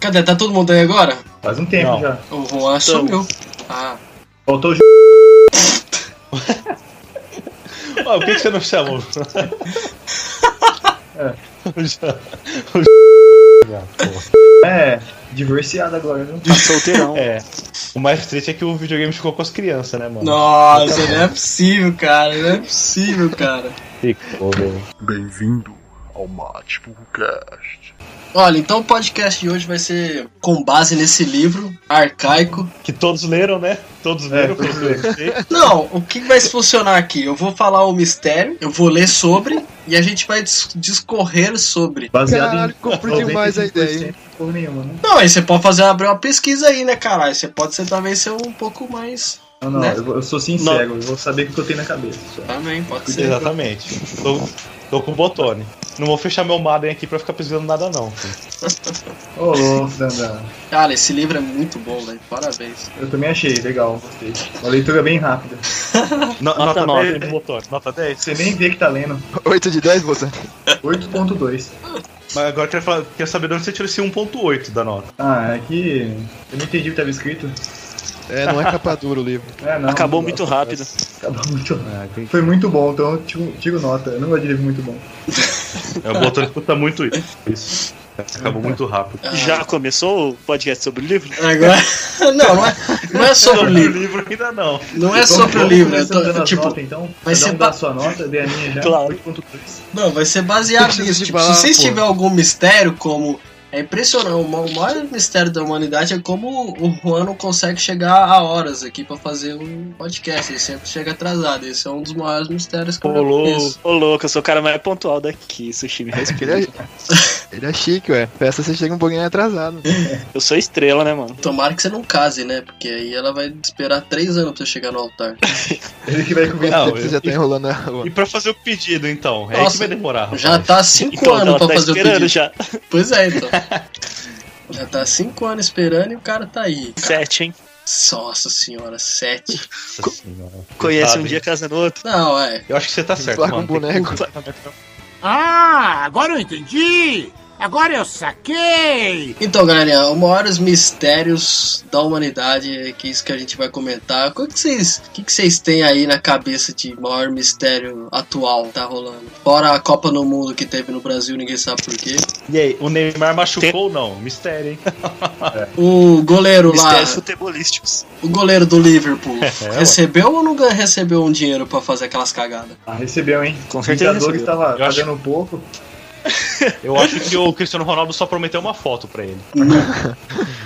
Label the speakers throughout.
Speaker 1: Cadê? Tá todo mundo aí agora?
Speaker 2: Faz um tempo
Speaker 3: Não.
Speaker 2: já.
Speaker 1: O Juan sumiu. Ah,
Speaker 2: Faltou o
Speaker 3: Ó, por que, que você não chamou?
Speaker 2: É.
Speaker 3: O Jean- o Jean- Minha porra.
Speaker 2: É, divorciado agora, viu?
Speaker 4: Tá solteirão.
Speaker 3: É. O mais triste é que o videogame ficou com as crianças, né, mano?
Speaker 1: nossa, não é possível, cara. Não é possível, cara.
Speaker 3: Ficou, velho.
Speaker 5: Bem-vindo ao Mático Cast.
Speaker 1: Olha, então o podcast de hoje vai ser com base nesse livro arcaico.
Speaker 3: Que todos leram, né? Todos leram,
Speaker 2: É,
Speaker 3: todos
Speaker 2: todos
Speaker 3: leram.
Speaker 1: Não, o que vai funcionar aqui? Eu vou falar o mistério, eu vou ler sobre e a gente vai dis- discorrer sobre.
Speaker 2: Baseado
Speaker 4: Caralho,
Speaker 2: em.
Speaker 4: comprei demais a ideia, hein?
Speaker 2: Por nenhuma, né?
Speaker 1: Não, aí você pode fazer abrir uma pesquisa aí, né, caralho? Você pode ser talvez ser um pouco mais.
Speaker 2: Não, não,
Speaker 1: Né?
Speaker 2: eu, vou- eu sou sincero, eu vou saber o que eu tenho na cabeça. só.
Speaker 1: Também, pode ser.
Speaker 3: Exatamente. Tô, tô com o Botone. Não vou fechar meu Madden aqui pra ficar pesquisando nada, não.
Speaker 2: Ô, louco, Dandan.
Speaker 1: Cara, esse livro é muito bom, velho. Parabéns.
Speaker 2: Eu também achei, legal, gostei. Uma leitura bem rápida.
Speaker 3: No-
Speaker 4: Nota
Speaker 3: nota
Speaker 4: nove.
Speaker 3: 10 do Botone. Nota 10.
Speaker 2: Você nem vê que tá lendo.
Speaker 5: 8 de 10, você?
Speaker 2: 8.2.
Speaker 3: Mas agora eu quero, falar, quero saber de onde você tirou esse 1.8 da nota.
Speaker 2: Ah, é que. Eu não entendi o que tava escrito.
Speaker 5: É, não é capa dura o livro.
Speaker 2: É, não,
Speaker 4: Acabou
Speaker 2: não
Speaker 4: muito
Speaker 2: gosto.
Speaker 4: rápido.
Speaker 2: Acabou
Speaker 3: Ah,
Speaker 2: muito Foi muito bom, então eu tiro, tiro nota. Eu não gosto de livro muito bom.
Speaker 3: É, o Botone escuta muito isso. isso. Acabou muito rápido.
Speaker 4: Já começou o podcast sobre o livro?
Speaker 1: Agora. Não, não é, não é sobre o
Speaker 3: Sobre o
Speaker 1: livro.
Speaker 3: livro ainda não.
Speaker 1: Não é
Speaker 2: Vamos-
Speaker 1: sobre o
Speaker 2: vamos
Speaker 1: livro. Eu
Speaker 2: começar Então, dando
Speaker 1: tô,
Speaker 2: as
Speaker 1: tipo,
Speaker 2: notas, então.
Speaker 1: vai
Speaker 2: Vai
Speaker 1: ser
Speaker 2: ser um
Speaker 1: ba-
Speaker 2: dá a sua nota, eu dei a minha já.
Speaker 4: Claro.
Speaker 2: 8.2.
Speaker 1: Não, vai ser baseado
Speaker 5: Preciso
Speaker 1: nisso.
Speaker 5: de
Speaker 1: Tipo,
Speaker 5: falar,
Speaker 1: se vocês
Speaker 5: pô.
Speaker 1: tiverem algum mistério, como. É impressionante, o ma- o maior mistério da humanidade é como o Juan não consegue chegar a horas aqui pra fazer um podcast. Ele sempre chega atrasado. Esse é um dos maiores mistérios que eu já
Speaker 3: Rolou.
Speaker 1: conheço.
Speaker 4: Ô louco, eu sou o cara mais pontual daqui, sushi me
Speaker 5: Ele
Speaker 4: respeita.
Speaker 5: é, ele é chique, ué. Peça você chega um pouquinho atrasado.
Speaker 4: Eu sou estrela, né, mano?
Speaker 1: Tomara que você não case, né? Porque aí ela vai esperar três anos pra você chegar no altar.
Speaker 2: Ele que vai comer.
Speaker 3: Não,
Speaker 5: Você
Speaker 3: eu-
Speaker 5: já tá enrolando a rua.
Speaker 3: E pra fazer o pedido, então? é aí que
Speaker 1: Nossa,
Speaker 3: vai demorar. rapaz.
Speaker 1: Já tá há cinco
Speaker 4: Então,
Speaker 1: anos
Speaker 4: ela
Speaker 1: pra
Speaker 4: tá
Speaker 1: fazer o
Speaker 4: esperando
Speaker 1: pedido.
Speaker 4: já.
Speaker 1: Pois é, então. Já tá há cinco anos esperando e o cara tá aí.
Speaker 4: Sete, hein?
Speaker 1: Nossa senhora, sete.
Speaker 3: Nossa senhora.
Speaker 4: Conhece um
Speaker 3: Sabe.
Speaker 4: dia, casa no outro.
Speaker 1: Não, é.
Speaker 3: Eu acho que você tá certo,
Speaker 5: Larga um
Speaker 3: mano. Tem que
Speaker 5: boneco.
Speaker 6: Ah, agora eu entendi! Agora eu saquei!
Speaker 1: Então, galerinha, os maiores mistérios da humanidade é que isso que a gente vai comentar. Qual que vocês, o que, que vocês têm aí na cabeça de maior mistério atual que tá rolando? Fora a Copa do Mundo que teve no Brasil, ninguém sabe por quê.
Speaker 3: E aí, o Neymar machucou
Speaker 4: Tem-
Speaker 3: ou não? Mistério, hein?
Speaker 1: O goleiro
Speaker 4: Mistérios
Speaker 1: lá,
Speaker 4: futebolísticos.
Speaker 1: o goleiro do Liverpool,
Speaker 3: ué.
Speaker 1: recebeu ou não gan- recebeu um dinheiro pra fazer aquelas cagadas?
Speaker 2: Ah, recebeu, hein?
Speaker 4: Com certeza
Speaker 2: Vingadores
Speaker 4: recebeu.
Speaker 2: tava
Speaker 3: Eu
Speaker 2: tá
Speaker 3: acho-
Speaker 2: dando pouco.
Speaker 3: Eu acho que o Cristiano Ronaldo só prometeu uma foto pra ele.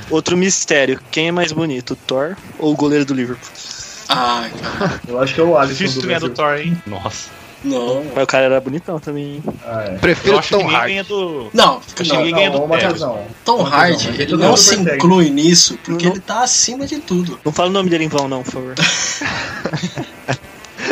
Speaker 4: Outro mistério. Quem é mais bonito, o Thor ou o goleiro do Liverpool?
Speaker 1: Ah, cara,
Speaker 2: Eu acho que é o Alisson
Speaker 3: Difícil
Speaker 2: do
Speaker 3: ganhar do
Speaker 2: Brasil.
Speaker 3: Thor, hein? Nossa.
Speaker 1: não.
Speaker 4: Mas o cara era bonitão também, hein?
Speaker 2: Ah, é.
Speaker 3: Eu
Speaker 5: Prefiro
Speaker 3: acho que
Speaker 5: Tom
Speaker 3: ninguém
Speaker 5: Hardy.
Speaker 3: ganha do.
Speaker 1: Não,
Speaker 3: Acho que
Speaker 1: não.
Speaker 3: ninguém ganha do
Speaker 2: Não, uma
Speaker 3: Tevez.
Speaker 2: razão.
Speaker 1: Tom
Speaker 2: Uma
Speaker 1: Hardy,
Speaker 2: razão, mas
Speaker 1: ele
Speaker 2: todo
Speaker 1: não
Speaker 2: mundo
Speaker 1: se
Speaker 2: persegue.
Speaker 1: inclui nisso porque
Speaker 4: Não.
Speaker 1: ele tá acima de tudo.
Speaker 4: Não fala o nome dele em vão, não, por favor.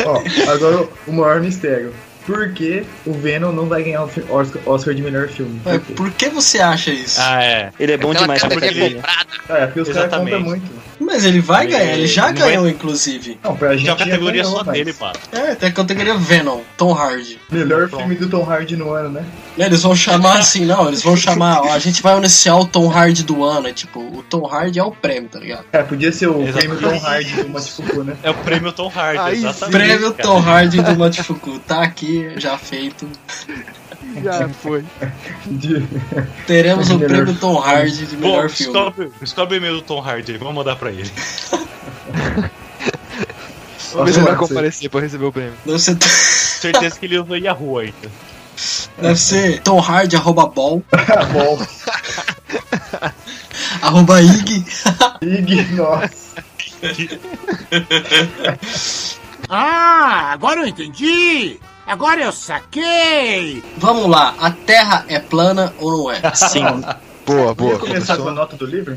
Speaker 2: Ó, agora o- o maior mistério. Por que o Venom não vai ganhar o fi- Oscar, Oscar de melhor filme?
Speaker 1: Ué,
Speaker 4: É,
Speaker 2: Por quê?
Speaker 1: por que você acha isso?
Speaker 3: Ah, é.
Speaker 4: Ele é bom demais pra
Speaker 3: cara que é
Speaker 4: cadeia.
Speaker 2: Ah, é porque os caras
Speaker 3: Exatamente.
Speaker 2: contam muito.
Speaker 1: Mas ele vai
Speaker 3: Ele-
Speaker 1: ganhar, ele já
Speaker 3: ele vai-
Speaker 1: ganhou, inclusive.
Speaker 2: Não, pra gente.
Speaker 3: Tinha uma
Speaker 2: já
Speaker 3: categoria
Speaker 2: ganhou,
Speaker 3: só
Speaker 2: mas-
Speaker 3: dele, mano.
Speaker 1: É, tem a categoria Venom, Tom Hardy.
Speaker 2: Melhor filme do Tom Hardy no ano, né?
Speaker 1: Né, Eles vão chamar assim, não, eles vão chamar, ó, a gente vai anunciar o Tom Hardy do ano, é tipo, o Tom Hardy é o prêmio, tá ligado?
Speaker 2: É, podia ser o
Speaker 3: Exato.
Speaker 2: prêmio Tom Hardy do Matipucu, né?
Speaker 3: É o prêmio Tom Hardy,
Speaker 5: Aí sim.
Speaker 3: exatamente.
Speaker 1: prêmio
Speaker 3: Tá cara.
Speaker 1: Tom Hardy do Matifuku, tá aqui, já feito.
Speaker 5: Já foi.
Speaker 2: De-
Speaker 1: Teremos o
Speaker 2: Melhor
Speaker 1: prêmio Tom Hardy de
Speaker 3: Bom,
Speaker 1: melhor filme.
Speaker 3: descobre, descobre o e-mail do Tom Hardy aí, vamos mandar pra ele.
Speaker 5: Vamos ver se ele vai
Speaker 2: Nossa.
Speaker 5: comparecer pra receber o prêmio.
Speaker 1: Deve ser,
Speaker 3: Certeza que ele usou Yahoo ainda.
Speaker 1: deve ser Tom Hardy, arroba Ball,
Speaker 2: Tá bom.
Speaker 1: arroba Ig.
Speaker 2: Ig, nossa.
Speaker 6: Ah, agora eu entendi! Agora eu saquei!
Speaker 1: Vamos lá, a Terra é plana ou não é?
Speaker 4: Sim.
Speaker 5: Boa, boa.
Speaker 2: Vamos começar com a
Speaker 5: Começou.
Speaker 2: nota do livro?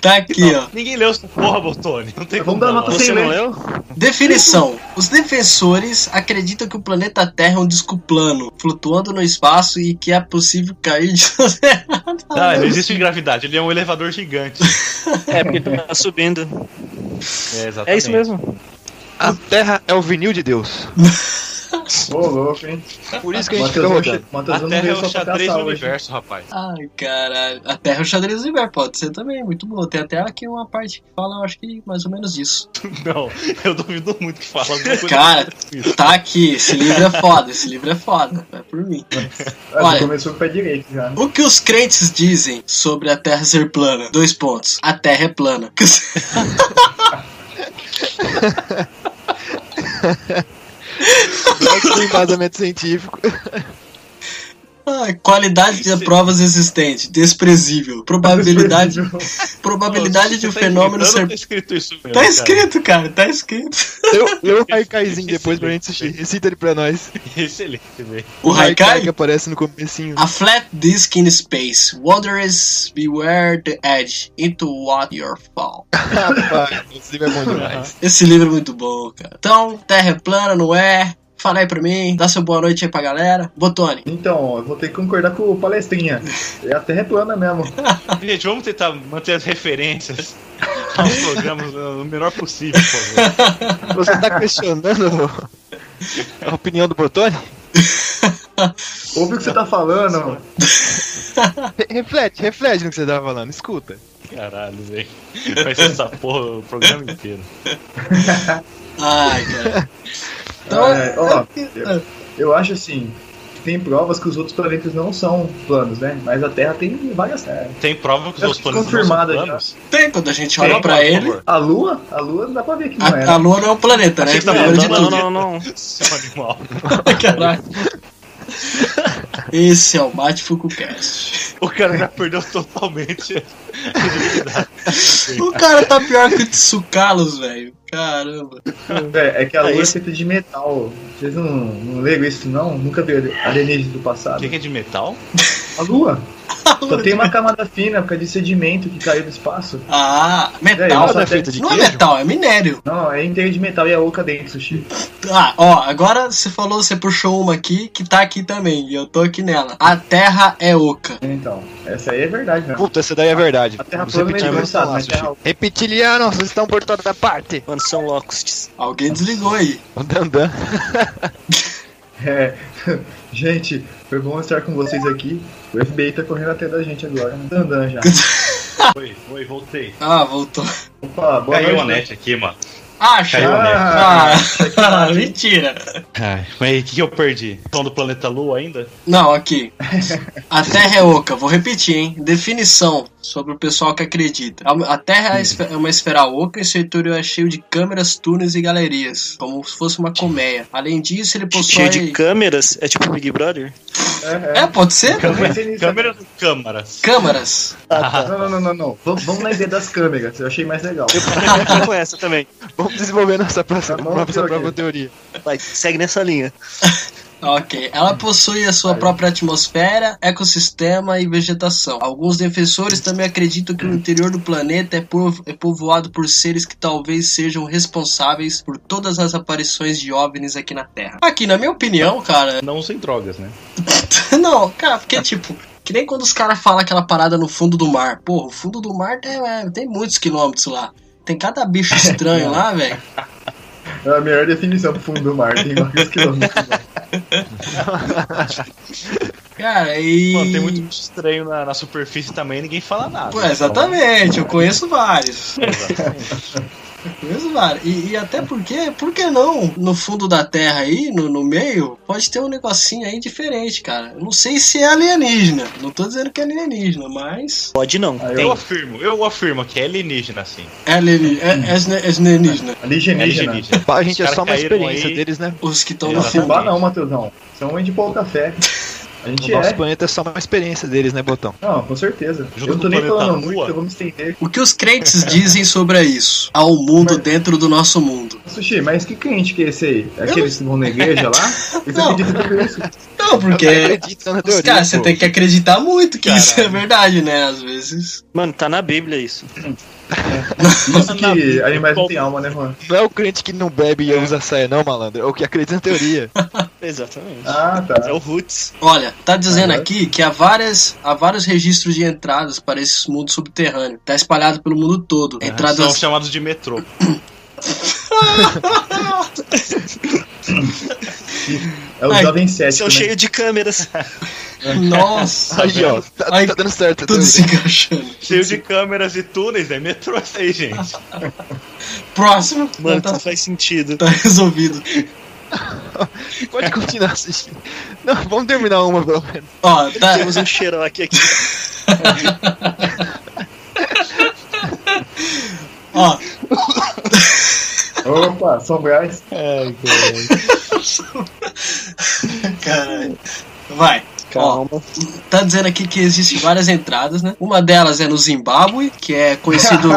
Speaker 1: Tá aqui, ó.
Speaker 3: Ninguém leu essa porra, Botone. Não tem
Speaker 2: Vamos dar
Speaker 3: como. não. Ah,
Speaker 2: nota
Speaker 4: Você
Speaker 2: sem
Speaker 1: né?
Speaker 4: não
Speaker 2: ler.
Speaker 4: leu?
Speaker 1: Definição: Os defensores acreditam que o planeta Terra é um disco plano, flutuando no espaço e que é possível cair de.
Speaker 3: Ah, não existe gravidade, ele é um elevador gigante.
Speaker 4: É, porque ele tá subindo.
Speaker 3: É, exatamente.
Speaker 4: É isso mesmo.
Speaker 5: A Terra é o vinil de Deus.
Speaker 2: Ô, louco, hein?
Speaker 4: Por isso que a gente fica
Speaker 2: Matheus não,
Speaker 4: rodando.
Speaker 2: che- Matheus
Speaker 7: A
Speaker 2: não
Speaker 7: Terra é
Speaker 2: veio
Speaker 7: o
Speaker 2: só pra
Speaker 7: xadrez
Speaker 2: caçar
Speaker 7: do
Speaker 2: hoje.
Speaker 7: universo, rapaz.
Speaker 1: Ai, caralho. A Terra é o xadrez do Iber, pode ser também, muito bom. Tem até aqui uma parte que fala, eu acho que mais ou menos isso.
Speaker 3: Não, eu duvido muito que fala alguma coisa.
Speaker 1: Cara,
Speaker 3: Isso.
Speaker 1: tá aqui, esse livro é foda, esse livro é foda, vai por mim.
Speaker 2: Ah,
Speaker 1: Olha.
Speaker 2: já começou com o pé direito já. né?
Speaker 1: O que os crentes dizem sobre a Terra ser plana? Dois pontos. A Terra é plana.
Speaker 5: Não tem embasamento científico.
Speaker 1: Ah, Qualidade de provas existente, desprezível. Probabilidade, probabilidade
Speaker 7: Você
Speaker 1: de o
Speaker 7: tá
Speaker 1: fenômeno
Speaker 7: inventando ou Tá
Speaker 1: ser.
Speaker 7: escrito isso mesmo,
Speaker 1: Tá
Speaker 3: É
Speaker 7: cara?
Speaker 1: escrito, cara, tá escrito.
Speaker 5: Eu, eu o Haikaizinho depois pra gente assistir. Recita ele pra nós.
Speaker 7: Excelente, velho.
Speaker 1: O Haikai?
Speaker 5: que aparece no comecinho.
Speaker 1: A flat disk in space. Wanderers, beware the edge. Into what your fall.
Speaker 5: Rapaz, esse livro é bom demais.
Speaker 1: Esse livro é muito bom, cara. Então, terra é plana, não é? Fala aí pra mim, dá sua boa noite aí pra galera. Botone.
Speaker 2: Então, ó, eu vou ter que concordar com o palestrinha. É a terra é plana mesmo.
Speaker 3: Gente, vamos tentar manter as referências aos programas no menor possível, por favor.
Speaker 5: Você tá questionando a opinião do Botone?
Speaker 2: Ouve o que você tá falando.
Speaker 5: Re- Reflete, reflete no que você tava falando, escuta.
Speaker 3: Caralho, velho. Vai ser essa porra o programa inteiro.
Speaker 1: Ai, cara.
Speaker 2: É, ó,
Speaker 1: Ah.
Speaker 2: eu, eu acho assim. que Tem provas que os outros planetas não são planos, né? Mas a Terra tem várias. é,
Speaker 3: Tem prova que os
Speaker 2: Já
Speaker 3: outros planos
Speaker 2: confirmada já.
Speaker 1: Tem quando a gente
Speaker 3: Tem,
Speaker 1: olha pra
Speaker 3: por
Speaker 1: É ele.
Speaker 3: favor.
Speaker 2: A Lua? A Lua não dá pra ver que não
Speaker 1: A, a
Speaker 2: é.
Speaker 1: lua não é um planeta, né?
Speaker 3: Achei que tava
Speaker 1: Primeiro de
Speaker 3: andando,
Speaker 1: tudo.
Speaker 4: Não, não, não.
Speaker 3: Seu animal.
Speaker 1: Caralho. Esse é o Mate Fukucast.
Speaker 3: O cara já perdeu totalmente a identidade.
Speaker 1: O cara tá pior que o Tsukalos, velho. Caramba.
Speaker 2: É, é que a
Speaker 4: Ah,
Speaker 2: Lua
Speaker 4: esse-
Speaker 2: é feita de metal. Vocês não, não leram isso, não? Nunca viram alienígena do
Speaker 3: O
Speaker 2: passado.
Speaker 3: que é que é de metal?
Speaker 2: A Lua só tem uma camada fina por causa de sedimento que caiu do espaço.
Speaker 1: Ah,
Speaker 2: É, eu
Speaker 1: metal.
Speaker 2: não
Speaker 5: Ela é
Speaker 2: até-
Speaker 5: feita de
Speaker 1: Não é
Speaker 5: queijo?
Speaker 1: metal, é minério.
Speaker 2: Não, é inteiro de metal e é oca dentro, sushi.
Speaker 1: Ah, ó, agora você falou, você puxou uma aqui que tá aqui também. E eu tô aqui nela. A terra é oca.
Speaker 2: Então, essa aí é verdade mesmo.
Speaker 5: Puta, essa daí é verdade.
Speaker 2: A Terra
Speaker 5: Vamos
Speaker 2: plana
Speaker 5: repetir,
Speaker 2: é
Speaker 5: vamos
Speaker 2: engraçada,
Speaker 5: falar,
Speaker 2: mas
Speaker 5: Sushi.
Speaker 2: Terra-
Speaker 5: Reptilianos, vocês estão por toda parte.
Speaker 4: Mano, são locustes.
Speaker 1: Alguém desligou aí.
Speaker 5: O Dandan.
Speaker 2: É. Gente, foi bom estar com vocês aqui. O FBI tá correndo até da gente agora. né? Tá andando já.
Speaker 3: Oi, oi, voltei.
Speaker 1: Ah, voltou.
Speaker 2: Opa, boa
Speaker 3: Caiu a
Speaker 2: noite.
Speaker 3: net aqui, mano.
Speaker 1: Acha.
Speaker 3: Caiu.
Speaker 1: Ah,
Speaker 2: Ah,
Speaker 1: mentira.
Speaker 3: Ai, mas aí, o que que eu perdi? O som do planeta Lua ainda?
Speaker 1: Não, aqui. A Terra é oca. Vou repetir, hein? Definição sobre o pessoal que acredita. A a Terra é esfe- é uma esfera oca e seu interior é cheio de câmeras, túneis e galerias, como se fosse uma colmeia. Além disso, ele possui...
Speaker 4: Cheio de câmeras. É tipo Big Brother?
Speaker 2: é, é.
Speaker 1: É, pode ser?
Speaker 2: Eu pensei nisso.
Speaker 3: Câmeras ou câmaras?
Speaker 1: Câmaras.
Speaker 2: Não, não, não, não, não. Vamos vamos na ideia das câmeras. Eu achei mais legal.
Speaker 4: Eu fico com essa também.
Speaker 5: Vamos desenvolver nossa próxima,
Speaker 2: Tá bom,
Speaker 5: nossa
Speaker 2: ok.
Speaker 5: própria teoria.
Speaker 4: Vai, segue nessa linha.
Speaker 1: Ok. Ela possui a sua própria atmosfera, ecossistema e vegetação. Alguns defensores também acreditam que o interior do planeta é, povo- é povoado por seres que talvez sejam responsáveis por todas as aparições de OVNIs aqui na Terra. Aqui, na minha opinião, cara.
Speaker 3: Não usem drogas, né?
Speaker 1: não, cara, porque tipo. Que nem quando os caras falam aquela parada no fundo do mar. Porra, o fundo do mar tem, é, tem muitos quilômetros lá. Tem cada bicho estranho lá, velho.
Speaker 2: É a melhor definição pro fundo do mar. Tem vários quilômetros.
Speaker 1: Cara, e.
Speaker 3: Mano, tem muito bicho estranho na, na superfície também ninguém fala nada. Então,
Speaker 1: Pô, exatamente, eu conheço vários. Conheço vários. E, e até porque, por que não? No fundo da Terra aí, no, no meio, pode ter um negocinho aí diferente, cara. Eu não sei se é alienígena. Não tô dizendo que é alienígena, mas.
Speaker 4: Pode não.
Speaker 2: Aí
Speaker 4: Tem.
Speaker 3: Eu afirmo, eu afirmo que é alienígena, assim.
Speaker 1: É alienígena. É, é asne- é alienígena.
Speaker 3: É
Speaker 2: Alienígena.
Speaker 3: alienígena.
Speaker 5: A gente é
Speaker 3: caras
Speaker 5: só uma
Speaker 3: caíram
Speaker 5: experiência
Speaker 3: aí.
Speaker 5: deles, né?
Speaker 1: Os que estão no
Speaker 2: Não
Speaker 3: Exatamente.
Speaker 1: fundo.
Speaker 2: fubá não, Matheusão. São um de pouca fé. A
Speaker 5: O
Speaker 2: gente
Speaker 5: nosso
Speaker 2: é.
Speaker 5: planeta é só uma experiência deles, né, Botão?
Speaker 2: Não, com certeza.
Speaker 3: Junto
Speaker 2: eu não
Speaker 3: com
Speaker 2: tô
Speaker 3: o
Speaker 2: nem
Speaker 3: planeta
Speaker 2: falando
Speaker 3: Lua.
Speaker 2: muito, eu vou me estender.
Speaker 1: O que os crentes dizem sobre isso? Há um mundo dentro do nosso mundo.
Speaker 2: Sushi, mas que crente que é esse aí? É Aqueles que vão na igreja lá? Eles
Speaker 1: Não.
Speaker 2: acreditam que isso.
Speaker 1: Não, porque.
Speaker 5: Acredita na
Speaker 1: Os
Speaker 5: teoria.
Speaker 1: caras, você
Speaker 5: né, pô.
Speaker 1: tem que acreditar muito que isso é
Speaker 3: Caralho.
Speaker 1: verdade, né? Às vezes.
Speaker 4: Mano, tá na Bíblia isso.
Speaker 2: Isso que animais não têm alma, né, Juan?
Speaker 5: Não é o crente que não bebe e usa saia, não, malandro. É o que acredita na teoria.
Speaker 4: Exatamente.
Speaker 2: Ah,
Speaker 4: É
Speaker 2: tá.
Speaker 4: o Roots.
Speaker 1: Olha, tá dizendo
Speaker 2: Aham.
Speaker 1: aqui que há, várias, há vários registros de entradas para esse mundo subterrâneo. Tá espalhado pelo mundo todo.
Speaker 3: Ah, né? São
Speaker 1: Entradas.
Speaker 3: chamados de metrô.
Speaker 2: É o
Speaker 1: Ai,
Speaker 2: Jovem Cético.
Speaker 4: São
Speaker 2: né?
Speaker 4: cheios de câmeras.
Speaker 1: Nossa,
Speaker 5: Aí, ó. Tá,
Speaker 1: Ai,
Speaker 5: tá dando certo.
Speaker 1: tudo
Speaker 5: tá
Speaker 1: se encaixando.
Speaker 3: Cheio de câmeras e túneis, né? Metrô isso aí, gente.
Speaker 1: Próximo.
Speaker 4: Mano,
Speaker 1: tá,
Speaker 4: não faz sentido.
Speaker 1: tá resolvido.
Speaker 5: dando- Pode continuar assistindo. Não, vamos terminar uma, pelo menos.
Speaker 1: Ó, tá,
Speaker 4: Temos um Xerox aqui.
Speaker 1: ó,
Speaker 2: Opa, São Brás.
Speaker 1: caralho. Vai.
Speaker 4: Calma.
Speaker 1: Tá dizendo aqui que existem várias entradas, né? Uma delas é no Zimbábue, que é conhecido.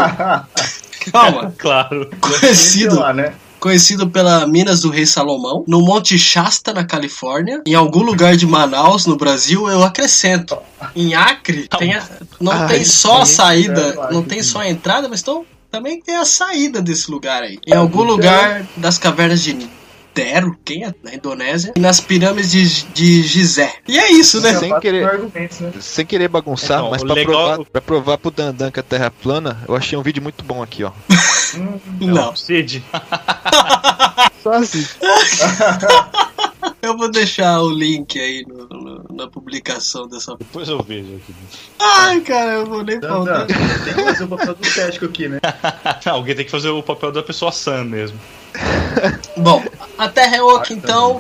Speaker 1: Calma!
Speaker 3: Claro.
Speaker 2: Sei
Speaker 1: Conhecido,
Speaker 2: lá, né?
Speaker 1: conhecido pela Minas do Rei Salomão, no Monte Shasta, na Califórnia, em algum lugar de Manaus, no Brasil, eu acrescento. Em Acre, tem a- não
Speaker 5: Ai,
Speaker 1: tem só a
Speaker 2: é, eu
Speaker 1: saída,
Speaker 2: acho
Speaker 1: não tem
Speaker 2: que-
Speaker 1: só a entrada, mas tão- também tem a saída desse lugar aí. Em algum lugar das cavernas de Dero, quem é? Na Indonésia, e nas pirâmides de, de Gizé. E é isso, né?
Speaker 5: Sem
Speaker 2: Sapato
Speaker 5: querer.
Speaker 2: com argumentos, né?
Speaker 5: Sem querer bagunçar,
Speaker 3: Então,
Speaker 5: mas
Speaker 3: o
Speaker 5: pra,
Speaker 3: legal-
Speaker 5: provar, pra provar pro Dandan que a Terra é plana, eu achei um vídeo muito bom aqui, ó.
Speaker 2: Hum,
Speaker 1: Não.
Speaker 3: Cid.
Speaker 5: Só assim.
Speaker 1: Eu vou deixar o link aí no- no- na publicação dessa.
Speaker 3: Depois eu vejo aqui.
Speaker 1: Ai, cara, eu vou nem
Speaker 2: Dan,
Speaker 1: falar.
Speaker 2: Dan,
Speaker 5: né?
Speaker 2: tem que fazer o papel do cético aqui, né?
Speaker 3: Ah, Alguém tem que fazer o papel da pessoa sã mesmo.
Speaker 1: Bom, a Terra é oca, então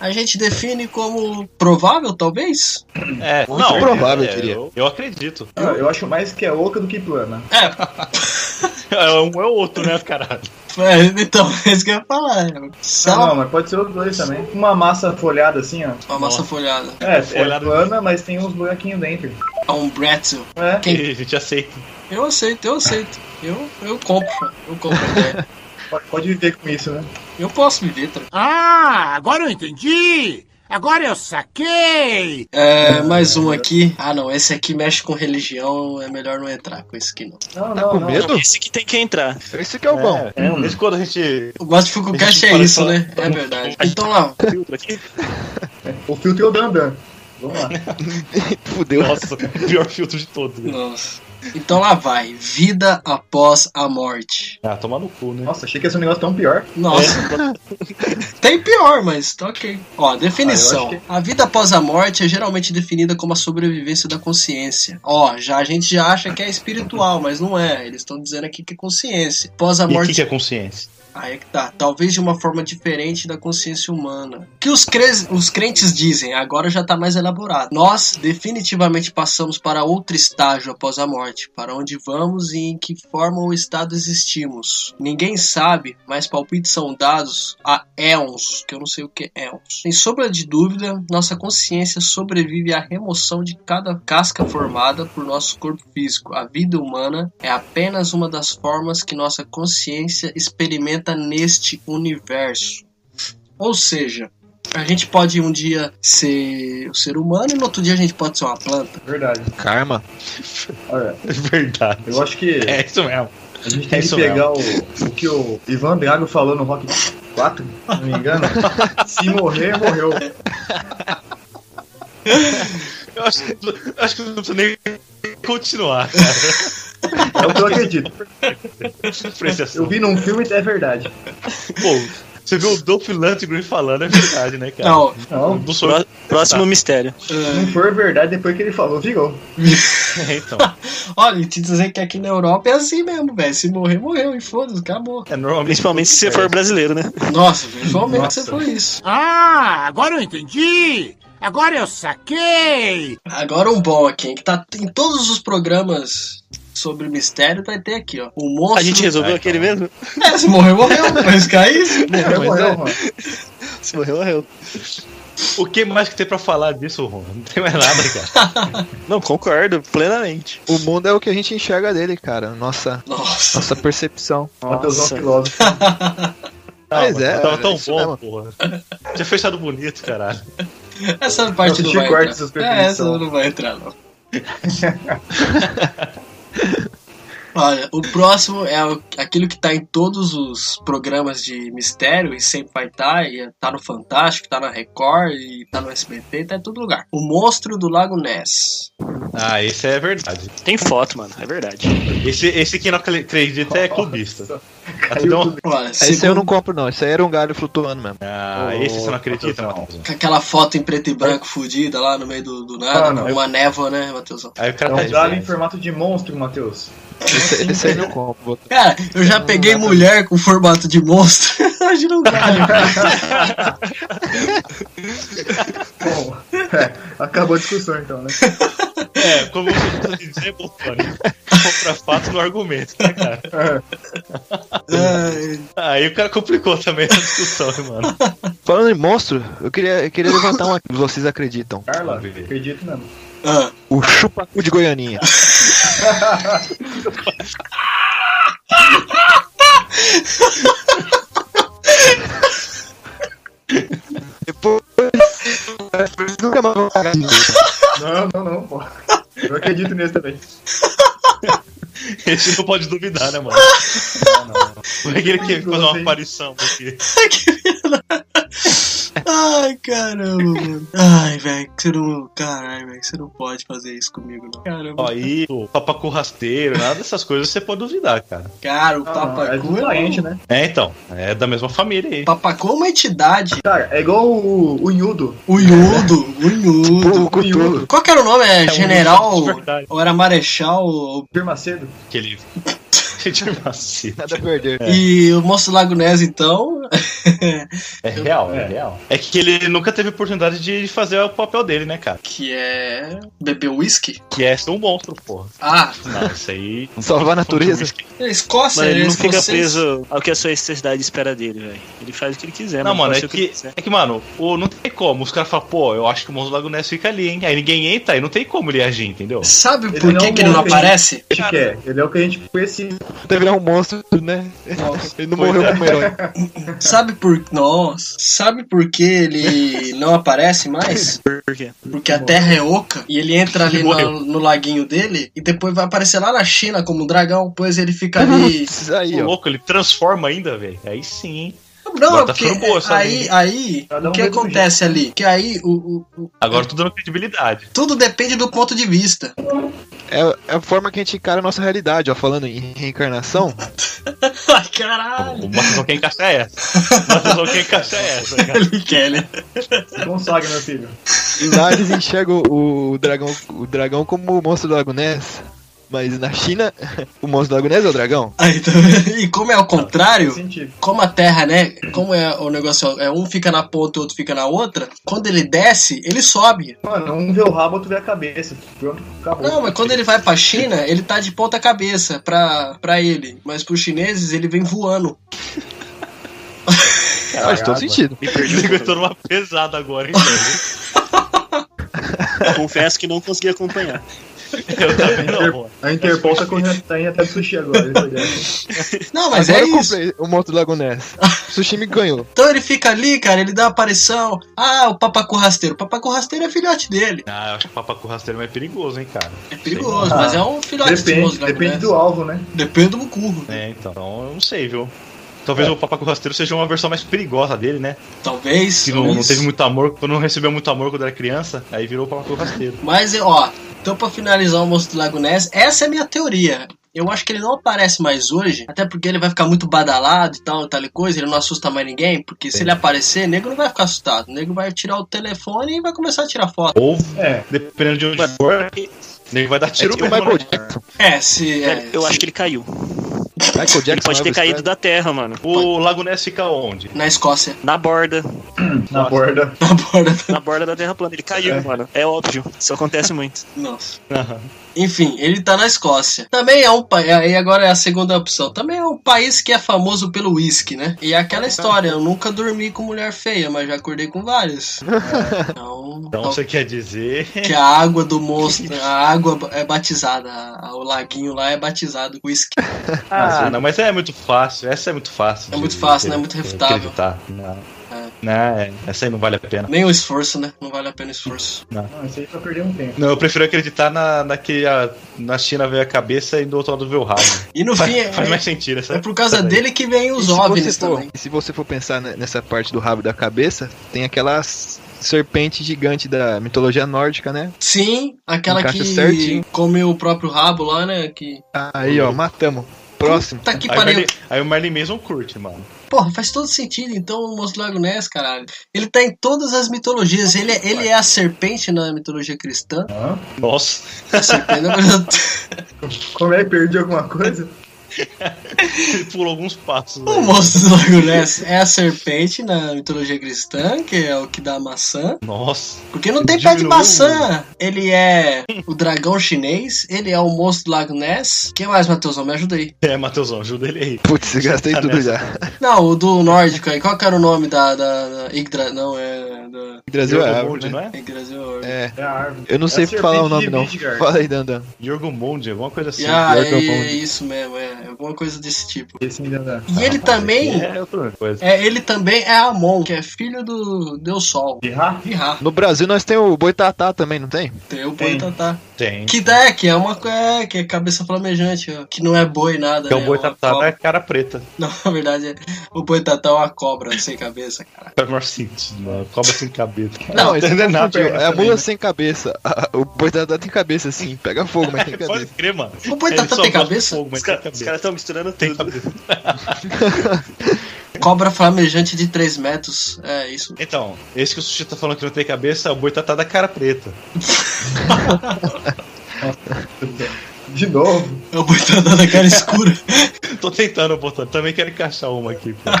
Speaker 1: a gente define como provável, talvez?
Speaker 3: É,
Speaker 5: Muito provável, eu
Speaker 3: é,
Speaker 5: diria.
Speaker 3: Eu, eu acredito.
Speaker 2: Ah, eu acho mais que é oca do que plana.
Speaker 1: É,
Speaker 3: É um é o outro, né, caralho?
Speaker 1: é, então, é isso que eu ia falar.
Speaker 2: Ah, Não,
Speaker 1: Sal,
Speaker 2: não, mas pode ser os dois também. Uma massa folhada assim, ó.
Speaker 1: uma massa folhada.
Speaker 2: É, é
Speaker 3: Folhada.
Speaker 2: plana, mas tem uns buraquinhos dentro.
Speaker 1: É um pretzel.
Speaker 2: É.
Speaker 1: Quem-
Speaker 3: E a gente aceita.
Speaker 1: Eu aceito, eu aceito. Eu, eu compro, eu compro a ideia.
Speaker 2: Pode, pode viver com isso, né?
Speaker 1: Eu posso viver, tá?
Speaker 6: Ah, agora eu entendi! Agora eu saquei!
Speaker 1: É, mais um aqui. Ah, não, esse aqui mexe com religião, é melhor não entrar com esse aqui, não.
Speaker 2: Não,
Speaker 5: Tá
Speaker 2: não,
Speaker 5: com
Speaker 2: não.
Speaker 5: medo?
Speaker 4: Esse que tem que entrar.
Speaker 5: Esse que é o bom.
Speaker 3: É, mas quando a gente.
Speaker 1: O Mas Fico Cash é
Speaker 4: fala
Speaker 1: isso,
Speaker 4: só-
Speaker 1: né? É verdade. Então lá,
Speaker 4: Filtro aqui.
Speaker 2: O filtro é o Dandan. Vamos lá.
Speaker 5: Fudeu.
Speaker 3: É. Nossa, o pior filtro de todos. né?
Speaker 1: Nossa. Então lá vai. Vida após a morte.
Speaker 3: Ah, tomar no cu, né?
Speaker 2: Nossa, achei que ia ser um negócio tão pior.
Speaker 1: Nossa. Tem pior, mas tá ok. Ó, definição.
Speaker 2: É. Ah, eu acho
Speaker 1: A vida após a morte é geralmente definida como a sobrevivência da consciência. Ó, já a gente já acha que é espiritual, mas não é. Eles estão dizendo aqui que é consciência. Após a
Speaker 3: E o que
Speaker 1: morte
Speaker 3: que é consciência?
Speaker 1: Aí é que tá. Talvez de uma forma diferente da consciência humana. O Que os, cre- os crentes dizem, agora já tá mais elaborado. Nós definitivamente passamos para outro estágio após a morte, para onde vamos e em que forma ou estado existimos. Ninguém sabe, mas palpites são dados a éons, que eu não sei o que é éons. Sem sombra de dúvida, nossa consciência sobrevive à remoção de cada casca formada por nosso corpo físico. A vida humana é apenas uma das formas que nossa consciência experimenta neste universo. Ou seja, a gente pode um dia ser o ser humano e no outro dia a gente pode ser uma planta.
Speaker 2: Verdade.
Speaker 5: Karma.
Speaker 2: Olha,
Speaker 3: É Verdade.
Speaker 2: eu acho que
Speaker 3: É isso mesmo.
Speaker 2: a gente tem
Speaker 3: é
Speaker 2: que
Speaker 3: isso
Speaker 2: pegar o, o que o Ivan Drago falou no Rock 4, se não me engano. Se morrer, morreu. É
Speaker 3: Eu acho, eu acho que não precisa nem continuar,
Speaker 2: É o que eu acredito.
Speaker 3: cara, pra esse
Speaker 2: Eu
Speaker 3: assunto.
Speaker 2: vi num filme e é verdade.
Speaker 3: Pô, você viu o Dolph Lundgren falando, é verdade, né, cara?
Speaker 1: Não,
Speaker 2: Não,
Speaker 3: Não sou eu.
Speaker 4: Pró- Próximo mistério.
Speaker 1: é,
Speaker 2: não for verdade depois que ele falou, virou.
Speaker 3: É, então.
Speaker 1: olha, te dizer que aqui na Europa é assim mesmo, velho. Se morrer, morreu e foda-se, acabou.
Speaker 3: É
Speaker 4: um
Speaker 3: normalmente.
Speaker 4: Principalmente se você for brasileiro, né?
Speaker 1: Nossa, velho, foi o momento que
Speaker 2: Nossa.
Speaker 1: você foi isso.
Speaker 6: Ah, agora eu entendi! Agora eu saquei!
Speaker 1: Agora um bom aqui, hein, que tá em todos os programas sobre mistério, vai ter aqui, ó. O monstro.
Speaker 4: A gente resolveu aquele mesmo?
Speaker 1: É, se morreu, morreu. Mas cair.
Speaker 2: Morreu,
Speaker 5: mas
Speaker 2: morreu,
Speaker 5: é.
Speaker 2: mano.
Speaker 4: Se morreu, morreu.
Speaker 3: O que mais que tem pra falar disso, Ron? Não tem mais nada, cara.
Speaker 4: Não, concordo, plenamente.
Speaker 5: O mundo é o que a gente enxerga dele, cara. Nossa,
Speaker 1: Nossa.
Speaker 5: nossa percepção.
Speaker 2: Matheusão
Speaker 4: Nossa.
Speaker 2: é um filósofo.
Speaker 5: Mas
Speaker 3: mano,
Speaker 5: é,
Speaker 3: Tava
Speaker 5: é
Speaker 3: tão
Speaker 5: isso
Speaker 3: bom,
Speaker 5: mesmo.
Speaker 3: porra. Tinha fechado bonito, caralho.
Speaker 1: Essa parte não vai
Speaker 2: Nossa, Chico
Speaker 1: entrar.
Speaker 2: Artes, suas
Speaker 1: É, essa
Speaker 2: preferições.
Speaker 1: não vai entrar, não. Olha, o próximo é o- aquilo que tá em todos os programas de mistério e sempre vai estar, tá, e tá no Fantástico, tá na Record, e tá no SBT, tá em todo lugar. O Monstro do Lago Ness.
Speaker 3: Ah, esse é verdade.
Speaker 4: Tem foto, mano, é verdade.
Speaker 3: Esse, esse que não acre- acredita é clubista. Então,
Speaker 1: Olha,
Speaker 5: Esse eu
Speaker 1: segundo-
Speaker 5: não compro, não. Esse aí era um galho flutuando mesmo.
Speaker 3: ah, esse você não acredita, Matheusão.
Speaker 1: com aquela foto em preto e branco fudida lá no meio do, do nada,
Speaker 2: Ah, não.
Speaker 1: uma névoa, né, Matheusão?
Speaker 3: Aí o
Speaker 2: É
Speaker 3: cara tá
Speaker 2: um
Speaker 3: de
Speaker 2: galho em
Speaker 3: frente.
Speaker 2: formato de monstro, Matheus.
Speaker 5: Esse, esse aí eu não compro. vou-
Speaker 1: Cara, eu já peguei mulher com formato de monstro. Imagina um galho.
Speaker 2: Bom, é, acabou a discussão então, né?
Speaker 3: É, como você tá dizendo, Botone, compra fato no argumento, né, cara?
Speaker 1: Ai,
Speaker 3: Aí o cara complicou também a discussão, hein, mano.
Speaker 5: Falando em monstro, eu queria, eu queria levantar uma que vocês acreditam.
Speaker 2: Carla,
Speaker 3: Vamos ver.
Speaker 2: acredito mesmo.
Speaker 1: ah,
Speaker 5: O chupacu de Goianinha. Depois. depois Nunca mais vou pagar de novo.
Speaker 2: Não, não, não, pô. Eu acredito nesse também.
Speaker 3: Esse não pode duvidar, né, mano? Como é que ele quer fazer uma aparição aqui?
Speaker 1: ai, caramba, mano. Ai, velho, que você não. Caralho, velho, que você não pode fazer isso comigo, não. Caramba.
Speaker 3: Ó, e o papacu rasteiro, nada dessas coisas você pode duvidar, cara.
Speaker 1: Cara, o
Speaker 2: Ah, não, é
Speaker 1: papacu é,
Speaker 2: diferente,
Speaker 1: um-
Speaker 2: né?
Speaker 3: É, então, é da mesma família aí.
Speaker 1: Papacu é uma entidade.
Speaker 2: Cara, é igual o, o Yudo.
Speaker 1: O Yudo, o Yudo.
Speaker 5: O Cthulhu.
Speaker 1: Qual que era o nome? É,
Speaker 3: um
Speaker 1: general.
Speaker 3: Yudo de verdade.
Speaker 1: Ou era marechal? ou-
Speaker 2: Fir Macedo.
Speaker 3: Aquele. de macio.
Speaker 5: Nada a perder.
Speaker 1: E o Monstro do Lago Ness, então.
Speaker 3: É real,
Speaker 2: é
Speaker 3: real. É que ele nunca teve oportunidade de fazer o papel dele, né, cara?
Speaker 1: que é. beber whisky?
Speaker 3: Que é ser um monstro, porra.
Speaker 1: Ah,
Speaker 3: Não, isso aí.
Speaker 5: Salvar a natureza.
Speaker 1: é Escócia,
Speaker 4: Mano, ele
Speaker 1: né?
Speaker 4: não fica
Speaker 1: Escocês.
Speaker 4: preso ao que a sua necessidade espera dele, velho. Ele faz o que ele quiser,
Speaker 3: Não, mano,
Speaker 4: faz
Speaker 3: é
Speaker 4: o que ele
Speaker 3: que,
Speaker 4: quiser.
Speaker 3: é que, mano, o, não tem como. Os caras falam, pô, eu acho que o monstro do Lago Ness fica ali, hein? Aí ninguém entra, aí não tem como ele agir, entendeu?
Speaker 1: Sabe
Speaker 2: Ele
Speaker 1: por
Speaker 2: não
Speaker 1: que, que ele não
Speaker 2: morre.
Speaker 1: aparece?
Speaker 2: Acho que é. Ele é o que a gente conhecia.
Speaker 5: Deve virar um monstro, né? Ele não
Speaker 3: Pois
Speaker 5: morreu
Speaker 3: é.
Speaker 5: como herói.
Speaker 1: Sabe por. Nossa. Sabe por que ele não aparece mais?
Speaker 4: Por quê?
Speaker 1: Porque a terra é oca e ele entra ali
Speaker 3: Ele
Speaker 1: na-
Speaker 3: morreu.
Speaker 1: no, laguinho dele e depois vai aparecer lá na China como um dragão, pois ele fica ali.
Speaker 5: Isso aí,
Speaker 3: Ô,
Speaker 5: ó.
Speaker 3: louco, ele transforma ainda, velho. Aí sim, hein?
Speaker 1: Não, é
Speaker 3: Bota
Speaker 1: porque
Speaker 3: framboesa, sabe?
Speaker 1: aí, aí
Speaker 2: Cada um
Speaker 1: o que
Speaker 2: vê do
Speaker 1: acontece ali? Que aí o, o- o-
Speaker 3: Agora eu tô dando credibilidade.
Speaker 1: tudo depende do ponto de vista.
Speaker 5: É, é a forma que a gente encara a nossa realidade, ó. Falando em reencarnação,
Speaker 1: Caralho!
Speaker 3: O Matheus não quer encaixar é essa. O Matheus não quer encaixar é essa, cara.
Speaker 1: Ele quer, né?
Speaker 2: Se consagra, meu filho.
Speaker 5: lá eles enxergam o, o dragão, o dragão como o monstro do Lago Ness. Mas na China, o monstro do Lago Ness é o dragão.
Speaker 1: Aí, tá- e como é ao contrário,
Speaker 2: Faz sentido.
Speaker 1: como a Terra, né? Como é o negócio, é um fica na ponta e outro fica na outra. Quando ele desce, ele sobe.
Speaker 2: Mano, um vê o rabo, outro vê a cabeça. Pronto, acabou.
Speaker 1: Não, mas quando ele vai pra China, ele tá de ponta cabeça pra, pra ele. Mas pros chineses, ele vem voando.
Speaker 5: Faz todo sentido.
Speaker 4: Me perdi um
Speaker 3: Ele
Speaker 4: pouco.
Speaker 3: aguentou numa pesada agora, hein, velho?
Speaker 4: Confesso que não consegui acompanhar.
Speaker 3: Eu também não, mano.
Speaker 2: A Interpol tá correndo tá indo até do sushi agora. ele tá ligado?
Speaker 1: Não, mas é
Speaker 5: Agora eu
Speaker 1: isso.
Speaker 5: comprei o monstro do Lago Ness. O Sushi me ganhou.
Speaker 1: Então ele fica ali, cara, ele dá uma aparição. Ah, o papacu rasteiro. O papacu rasteiro é filhote dele.
Speaker 3: Ah, eu acho que o papacu rasteiro é mais perigoso, hein, cara.
Speaker 1: É perigoso,
Speaker 2: Ah,
Speaker 1: mas é um filhote de
Speaker 2: Depende,
Speaker 1: monstro, né,
Speaker 2: depende
Speaker 1: né?
Speaker 2: do alvo, né?
Speaker 1: Depende do curvo.
Speaker 3: É, então, então eu não sei, viu? Talvez
Speaker 4: É.
Speaker 3: o papacu rasteiro seja uma versão mais perigosa dele, né?
Speaker 1: Talvez.
Speaker 3: Que não, não
Speaker 1: talvez.
Speaker 3: teve muito amor, quando não recebeu muito amor quando era criança, aí virou o papacu rasteiro.
Speaker 1: Mas, ó, então pra finalizar o Monstro do Lago Ness, essa é a minha teoria. Eu acho que ele não aparece mais hoje, até porque ele vai ficar muito badalado e tal, e tal e coisa, ele não assusta mais ninguém, porque se ele aparecer, o nego não vai ficar assustado. O nego vai tirar o telefone e vai começar a tirar foto.
Speaker 3: Ou,
Speaker 2: É.
Speaker 3: dependendo de onde for, ele vai dar
Speaker 5: É
Speaker 3: tiro
Speaker 5: tipo o
Speaker 3: mesmo,
Speaker 5: Michael
Speaker 3: né?
Speaker 5: Jackson.
Speaker 1: É, se. É,
Speaker 4: eu
Speaker 1: se-
Speaker 4: acho que ele caiu.
Speaker 5: Michael Jackson. é
Speaker 4: Ele pode ter
Speaker 5: Elvis
Speaker 4: caído da terra, mano.
Speaker 3: O Lago Ness fica onde?
Speaker 1: Na Escócia,
Speaker 4: Na borda.
Speaker 2: Na
Speaker 3: Nossa.
Speaker 2: borda.
Speaker 1: na borda.
Speaker 4: Na borda da terra plana. Ele caiu,
Speaker 2: É.
Speaker 4: mano. É óbvio. Isso acontece muito.
Speaker 1: Nossa.
Speaker 3: Aham.
Speaker 1: Enfim, ele tá na Escócia. Também é um país. Aí agora é a segunda opção. Também é um país que é famoso pelo uísque, né? E é aquela história, eu nunca dormi com mulher feia, mas já acordei com várias. Então,
Speaker 3: Então
Speaker 1: tal-
Speaker 3: você quer dizer.
Speaker 1: Que a água do monstro, a água é batizada, a- o laguinho lá é batizado com uísque.
Speaker 3: assim, Ah, não, mas é muito fácil. Essa é muito fácil.
Speaker 1: É muito fácil, né? É muito refutável.
Speaker 3: acreditar. Não. Né? Essa aí não vale a pena.
Speaker 1: Nem o esforço, né? Não vale a pena o esforço.
Speaker 2: Não, isso aí é pra perder um tempo.
Speaker 3: Não, eu prefiro acreditar na, na que a, na China veio a cabeça e do outro lado veio o rabo.
Speaker 1: E no
Speaker 3: Faz,
Speaker 1: fim, é,
Speaker 3: faz mais sentido essa.
Speaker 1: é por causa
Speaker 3: essa daí.
Speaker 1: dele que vem
Speaker 5: E
Speaker 1: os
Speaker 5: se
Speaker 1: OVNIs
Speaker 5: você for-
Speaker 1: também.
Speaker 5: e se você for pensar ne- nessa parte do rabo da cabeça, tem aquela s- serpente gigante da mitologia nórdica, né?
Speaker 1: Sim, aquela
Speaker 5: Encaixa
Speaker 1: que
Speaker 5: certinho.
Speaker 1: come o próprio rabo lá, né? Que...
Speaker 5: Aí, ó, matamos. Próximo.
Speaker 1: Tá que
Speaker 3: Aí o,
Speaker 1: pariu.
Speaker 3: Marley, aí o Marley Mason curte, mano.
Speaker 1: Porra, faz todo sentido, então, o Monstro do Lago Ness, caralho. Ele tá em todas as mitologias. Ele é, ele é a serpente na mitologia cristã.
Speaker 2: Hã?
Speaker 3: Nossa.
Speaker 1: A serpente na
Speaker 2: Como é? Perdi alguma coisa?
Speaker 3: Ele pulou alguns passos.
Speaker 1: O
Speaker 3: aí.
Speaker 1: Monstro do Lago Ness é a serpente na mitologia cristã, que é o que dá a maçã.
Speaker 3: Nossa.
Speaker 1: Porque não tem pé de
Speaker 3: Diminuiu.
Speaker 1: maçã. Ele é o dragão chinês, ele é o Monstro do Lago Ness. que mais, Matheusão? Me ajuda aí.
Speaker 3: É, Matheusão, ajuda ele aí.
Speaker 5: Putz, gastei
Speaker 3: Tá
Speaker 5: tudo
Speaker 3: nessa.
Speaker 5: já.
Speaker 1: Não, o do nórdico aí. Qual que era o nome da... da, da Yggdra- Não, é... Da...
Speaker 5: Brasil é
Speaker 3: Jorgo
Speaker 5: árvore,
Speaker 3: Monde,
Speaker 5: né?
Speaker 3: não é?
Speaker 1: Yggdrasil.
Speaker 5: É,
Speaker 2: É a árvore.
Speaker 5: eu não
Speaker 2: É
Speaker 5: sei
Speaker 2: a
Speaker 5: falar o
Speaker 2: serpente
Speaker 5: nome
Speaker 2: de
Speaker 5: não.
Speaker 2: Midgard.
Speaker 5: Fala aí, Dandan.
Speaker 3: Jorgo Monde, alguma coisa assim.
Speaker 1: Ah,
Speaker 5: pior que eu
Speaker 1: é
Speaker 5: confundo.
Speaker 1: isso mesmo, é alguma coisa desse tipo.
Speaker 2: Esse ainda dá.
Speaker 1: E ele também,
Speaker 3: É outra coisa.
Speaker 1: é, ele também é Amon, que é filho do Deus Sol.
Speaker 2: Guerra?
Speaker 1: Virá,
Speaker 5: No Brasil nós tem o Boitatá também, não tem?
Speaker 1: tem o boi
Speaker 2: Tem.
Speaker 1: tatá.
Speaker 3: Tem.
Speaker 1: Que dá, que é uma co- é, que é cabeça flamejante, ó, que não é boi nada.
Speaker 3: Que é o
Speaker 1: né,
Speaker 3: boi
Speaker 1: uma
Speaker 3: tatá
Speaker 1: cobra.
Speaker 3: da cara preta.
Speaker 1: Não, na verdade, é, o boi tatá é uma cobra sem cabeça, cara.
Speaker 3: Faz o maior sentido, mano. Cobra sem cabeça.
Speaker 1: Não,
Speaker 5: isso
Speaker 3: não é nada,
Speaker 5: confundiu.
Speaker 3: perna
Speaker 5: É a
Speaker 3: também,
Speaker 5: mula
Speaker 3: né?
Speaker 5: sem cabeça. Ah, O Boitatá tem cabeça sim, pega fogo, mas tem
Speaker 3: Pode
Speaker 5: cabeça.
Speaker 3: crer, mano.
Speaker 1: O boi
Speaker 3: Ele
Speaker 1: tatá
Speaker 3: só
Speaker 1: tem
Speaker 3: bota
Speaker 1: cabeça?
Speaker 3: fogo, mas
Speaker 4: Os
Speaker 3: tem
Speaker 4: caras
Speaker 3: cabeça.
Speaker 4: estão misturando
Speaker 3: Tem
Speaker 4: tudo.
Speaker 3: cabeça.
Speaker 1: Cobra flamejante de 3 metros, é isso.
Speaker 3: Então, esse que o Sushi tá falando que não tem cabeça é o boi tatá da cara preta.
Speaker 2: De novo?
Speaker 1: É o boi tatá da cara escura.
Speaker 3: Tô tentando botar, também quero encaixar uma aqui. Pô.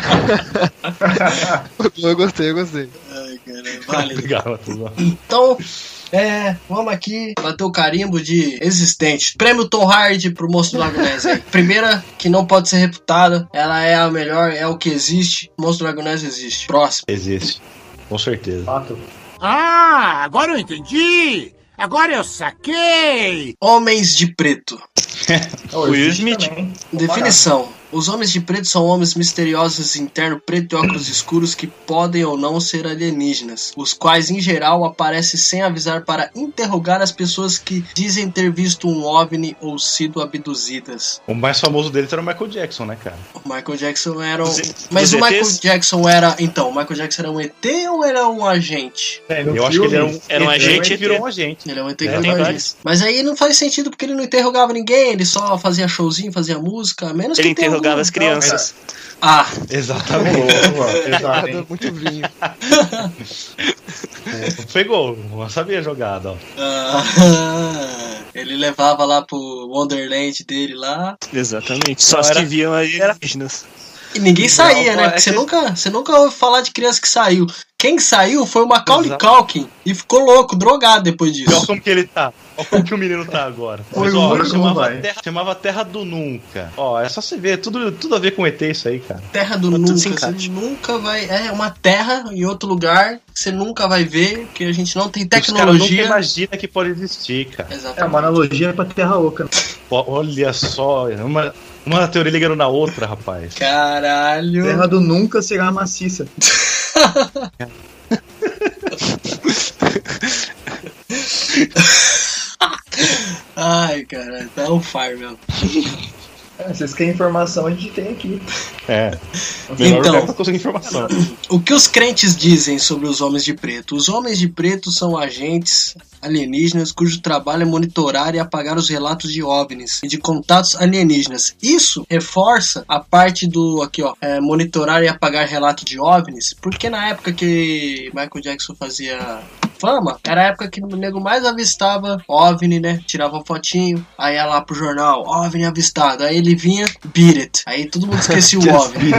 Speaker 5: Eu gostei, eu gostei.
Speaker 1: Ai, cara, válido.
Speaker 3: Obrigado, Matheusão.
Speaker 1: Então, é, vamos aqui bater o carimbo de existente. Prêmio Tom Hardy pro Monstro do Lago Ness aí. Primeira, que não pode ser reputada, ela é a melhor, é o que existe. Monstro do Lago Ness existe. Próximo.
Speaker 3: Existe. Com certeza.
Speaker 2: Fato.
Speaker 6: Ah, agora eu entendi! Agora eu saquei!
Speaker 1: Homens de Preto.
Speaker 2: Oh,
Speaker 4: Will
Speaker 2: existe
Speaker 4: Smith.
Speaker 2: também.
Speaker 1: Definição. Os homens de preto são homens misteriosos de interno preto e óculos escuros que podem ou não ser alienígenas, os quais em geral aparecem sem avisar para interrogar as pessoas que dizem ter visto um OVNI ou sido abduzidas.
Speaker 3: O mais famoso deles era o Michael Jackson, né, cara?
Speaker 1: O Michael Jackson era um.
Speaker 4: Os E-
Speaker 1: Mas
Speaker 4: os
Speaker 1: o Michael
Speaker 4: ETs?
Speaker 1: Jackson era. Então, o Michael Jackson era um ET ou era um agente?
Speaker 2: É, no
Speaker 3: Eu acho que ele era um,
Speaker 2: filme,
Speaker 4: Era um
Speaker 3: ele
Speaker 4: agente
Speaker 3: virou
Speaker 4: ET.
Speaker 3: um agente.
Speaker 1: Ele é um ET que
Speaker 3: É,
Speaker 4: tem
Speaker 1: era um
Speaker 4: vários.
Speaker 1: agente. Mas aí não faz sentido porque ele não interrogava ninguém, ele só fazia showzinho, fazia música, a menos
Speaker 4: Ele
Speaker 1: que um tenha algum-
Speaker 4: interrogava as crianças.
Speaker 1: Ah,
Speaker 3: Exatamente.
Speaker 2: Boa,
Speaker 3: Tá,
Speaker 2: exato, hein?
Speaker 5: Muito vinho.
Speaker 3: Pegou, eu sabia a jogada, ó.
Speaker 1: ah, ele levava lá pro Wonderland dele lá.
Speaker 4: Exatamente. Só as
Speaker 3: Era-
Speaker 4: que viam alienígenas.
Speaker 1: E ninguém saía, né?
Speaker 3: pô,
Speaker 1: Porque
Speaker 3: é
Speaker 1: você,
Speaker 3: que-
Speaker 1: nunca, você nunca ouve falar de criança que saiu. Quem saiu foi o Macaulay
Speaker 3: Exato.
Speaker 1: Culkin e ficou louco, drogado depois
Speaker 3: Olha
Speaker 1: disso.
Speaker 3: como que ele tá. Olha como que o menino tá agora.
Speaker 2: Foi
Speaker 3: Mas,
Speaker 2: o
Speaker 3: ó,
Speaker 2: único,
Speaker 3: chamava,
Speaker 2: vai.
Speaker 3: terra, chamava Terra do Nunca. Ó, é só você ver, tudo, tudo a ver com ET isso aí, cara.
Speaker 1: Terra do
Speaker 4: tudo
Speaker 1: nunca, você
Speaker 4: se encaixa.
Speaker 1: nunca vai. É uma terra em outro lugar que você nunca vai ver, porque a gente não tem
Speaker 3: Os caras nunca
Speaker 1: tecnologia.
Speaker 3: imagina que pode existir, cara.
Speaker 1: Exato.
Speaker 2: É uma analogia pra Terra Oca. né?
Speaker 3: Ó, Olha só, uma, uma teoria ligando na outra, rapaz.
Speaker 1: Caralho.
Speaker 2: Terra do Nunca será maciça.
Speaker 1: Ai, caralho, tá um fire mesmo.
Speaker 2: É, vocês querem informação, a gente tem aqui.
Speaker 3: É.
Speaker 1: Então.
Speaker 3: Melhor lugar pra conseguir informação.
Speaker 1: O que os crentes dizem sobre os homens de preto? Os homens de preto são agentes alienígenas cujo trabalho é monitorar e apagar os relatos de OVNIs e de contatos alienígenas. Isso reforça a parte do aqui ó, é, monitorar e apagar relatos de OVNIs, porque na época que Michael Jackson fazia fama, era a época que o nego mais avistava OVNI, né? Tirava fotinho, aí ia lá pro jornal, OVNI avistado. Aí ele vinha, beat it. Aí todo mundo esquecia o OVNI.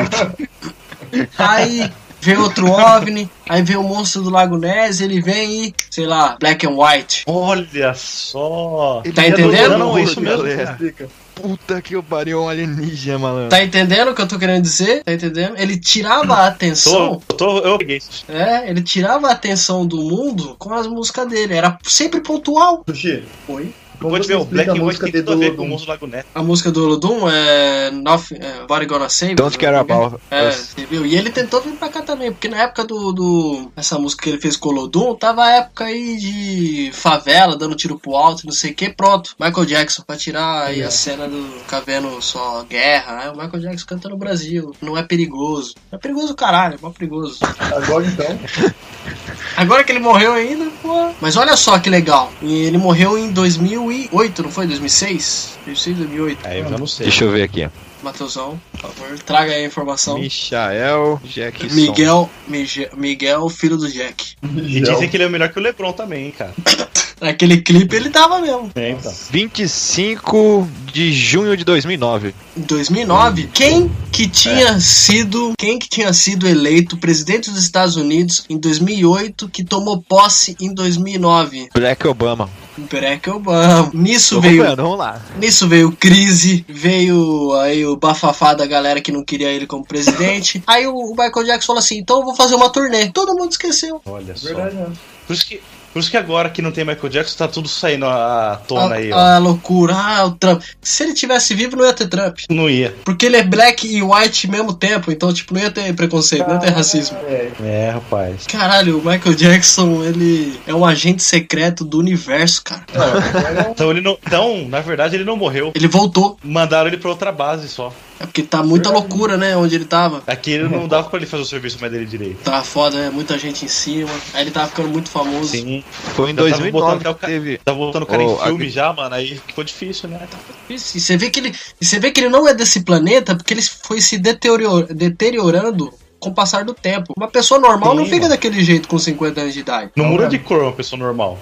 Speaker 1: Aí vem outro OVNI, aí vem o monstro do Lago Ness, ele vem e, sei lá, black and white.
Speaker 3: Olha só.
Speaker 1: Tá entendendo?
Speaker 3: Não, não, é isso mesmo.
Speaker 5: Galera.
Speaker 2: Explica.
Speaker 5: Puta que eu pariu, um alienígena, malandro.
Speaker 1: Tá entendendo o que eu tô querendo dizer? Tá entendendo? Ele tirava a atenção.
Speaker 3: Tô, tô, eu peguei isso.
Speaker 1: É, ele tirava a atenção do mundo com as músicas dele. Era sempre pontual.
Speaker 2: Sushi,
Speaker 1: Foi.
Speaker 3: Depois
Speaker 2: você
Speaker 3: vê o
Speaker 2: explica
Speaker 3: Black
Speaker 2: a
Speaker 3: Void
Speaker 2: música
Speaker 3: tem tudo a
Speaker 2: de
Speaker 3: ver
Speaker 2: Dolodum?
Speaker 3: com o monstro do Lago Neto.
Speaker 1: A música do Ludum é. Nothing, é Body Gonna Save.
Speaker 5: Don't
Speaker 1: né?
Speaker 5: care about.
Speaker 1: É,
Speaker 5: us.
Speaker 1: você viu? E ele tentou vir pra cá também, porque na época do. do- essa música que ele fez com o Lodum, tava a época aí de favela, dando tiro pro alto, não sei o que, pronto. Michael Jackson, pra tirar aí a cena do Cavendo só guerra, aí o Michael Jackson canta no Brasil, não é perigoso. É perigoso caralho, é mó perigoso.
Speaker 2: Agora então,
Speaker 1: Agora que ele morreu ainda, pô. Mas olha só que legal, e ele morreu em 2008, não foi? 2006? 2006, 2008.
Speaker 3: Aí eu já não sei.
Speaker 5: Deixa eu ver aqui.
Speaker 1: Matheusão, por favor, traga aí a informação.
Speaker 5: Michael Jackson.
Speaker 1: Miguel, Mige- Miguel, filho do Jack.
Speaker 3: E
Speaker 2: um
Speaker 3: dizem que ele é melhor que o Lebron também, hein, cara.
Speaker 1: Naquele clipe ele tava mesmo.
Speaker 3: É, então.
Speaker 5: 25 de junho de 2009.
Speaker 1: Em 2009, quem que tinha
Speaker 3: É.
Speaker 1: sido, quem que tinha sido eleito presidente dos Estados Unidos em 2008, que tomou posse em 2009?
Speaker 5: Black Obama.
Speaker 1: Barack Obama. Nisso
Speaker 5: Tô
Speaker 1: veio,
Speaker 5: acompanhando, vamos lá.
Speaker 1: nisso veio crise, veio aí o bafafá da galera que não queria ele como presidente. aí o, o Michael Jackson falou assim: "Então eu vou fazer uma turnê". Todo mundo esqueceu.
Speaker 3: Olha só.
Speaker 2: Verdade, não.
Speaker 3: Por isso que. Por isso que agora que não tem Michael Jackson, tá tudo saindo à tona aí, ó.
Speaker 1: A, a loucura, ah, o Trump. Se ele tivesse vivo não ia ter Trump.
Speaker 3: Não ia.
Speaker 1: Porque ele é black e white ao mesmo tempo, então, tipo, não ia ter preconceito, não ia ter racismo.
Speaker 2: É,
Speaker 3: É, rapaz.
Speaker 1: Caralho, o Michael Jackson, ele é um agente secreto do universo, cara.
Speaker 3: Então ele não. Então, na verdade, ele não morreu.
Speaker 1: Ele voltou.
Speaker 3: Mandaram ele pra outra base só.
Speaker 1: É porque tá muita loucura, né? Onde ele tava.
Speaker 3: Aqui ele não dava pra ele fazer o serviço mais dele direito.
Speaker 1: Tava foda, né? Muita gente em cima. Aí ele tava ficando muito famoso.
Speaker 3: Sim.
Speaker 5: Foi em
Speaker 3: Já tava
Speaker 5: 2009
Speaker 3: botando até
Speaker 5: que
Speaker 3: o ca-
Speaker 5: teve.
Speaker 3: Tá voltando o cara
Speaker 5: Ô,
Speaker 3: em filme
Speaker 5: aqui-
Speaker 3: já, mano. Aí ficou difícil, né?
Speaker 1: E você vê que ele. E você vê que ele não é desse planeta porque ele foi se deterioro- deteriorando com o passar do tempo. Uma pessoa normal não
Speaker 3: Sim,
Speaker 1: fica
Speaker 3: mano.
Speaker 1: daquele jeito com 50 anos de idade.
Speaker 3: Não muda de cor uma pessoa normal.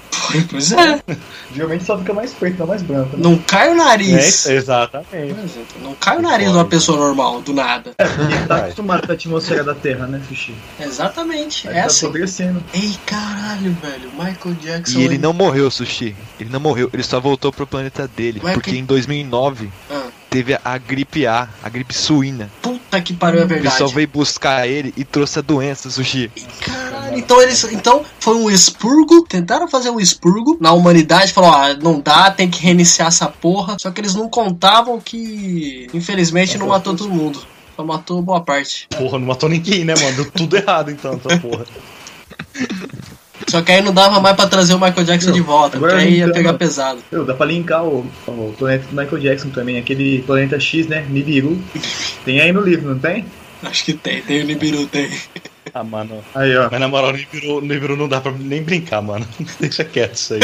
Speaker 1: Pois é,
Speaker 2: geralmente só fica mais preto, não mais branco. Né?
Speaker 1: não cai o nariz.
Speaker 3: É, exatamente.
Speaker 1: Pois é, Não cai o nariz de uma pessoa normal, do nada.
Speaker 2: Ele tá acostumado com a atmosfera da Terra, né, Sushi?
Speaker 1: Exatamente,
Speaker 2: Aí
Speaker 1: é
Speaker 2: tá
Speaker 1: assim.
Speaker 2: apodrecendo.
Speaker 1: Ei, caralho, velho, Michael Jackson...
Speaker 5: E ele não morreu, Sushi. Ele não morreu, ele só voltou pro planeta dele.
Speaker 1: Ué,
Speaker 5: porque
Speaker 1: que-
Speaker 5: em 2009
Speaker 1: Ah,
Speaker 5: teve a gripe A, a gripe suína.
Speaker 1: puta que pariu, é
Speaker 5: O pessoal
Speaker 1: verdade.
Speaker 5: veio buscar ele e trouxe a doença, Sushi.
Speaker 1: Ei, Caralho, então eles. Então foi um expurgo. Tentaram fazer um expurgo na humanidade. Falou, ah, não dá, tem que reiniciar essa porra. Só que eles não contavam que, infelizmente, não matou todo mundo. Só matou boa parte.
Speaker 3: Porra, não matou ninguém, né, mano? Deu tudo errado então, essa porra.
Speaker 1: Só que aí não dava mais pra trazer o Michael Jackson
Speaker 2: Não,
Speaker 1: de volta.
Speaker 2: agora
Speaker 1: Porque aí ia
Speaker 2: então-
Speaker 1: pegar pesado.
Speaker 2: Meu, dá pra linkar o, o planeta do Michael Jackson também, aquele planeta X, né? Nibiru. Tem aí no livro, não tem?
Speaker 1: Acho que tem, tem o Nibiru, tem.
Speaker 3: Ah, mano.
Speaker 2: Aí, ó.
Speaker 3: Mas na moral, no Nibiru, Nibiru não dá pra nem brincar, mano. Deixa quieto isso aí.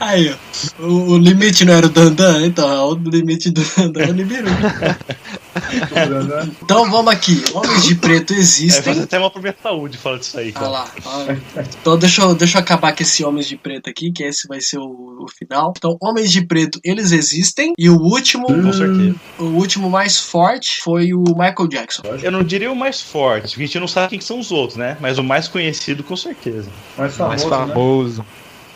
Speaker 1: Aí, ó. O, o limite não era o Dandan? Então, o limite do Dandan é o Nibiru.
Speaker 2: né?
Speaker 1: Então vamos aqui. Homens de preto
Speaker 3: É, faz
Speaker 1: existem.
Speaker 3: até mal pra minha saúde falar disso aí,
Speaker 1: Ah
Speaker 3: cara.
Speaker 1: lá, olha. Então deixa eu, deixa eu acabar com esse Homens de Preto aqui, que esse vai ser o, o final. Então, Homens de Preto, eles existem. E o último,
Speaker 3: Com certeza.
Speaker 1: o último mais forte foi o Michael Jackson.
Speaker 3: Eu não diria o mais forte, porque a gente não sabe quem que são os outros, né? Mas o mais conhecido, com certeza.
Speaker 2: Mais famoso,
Speaker 5: Mais
Speaker 2: né?
Speaker 5: famoso.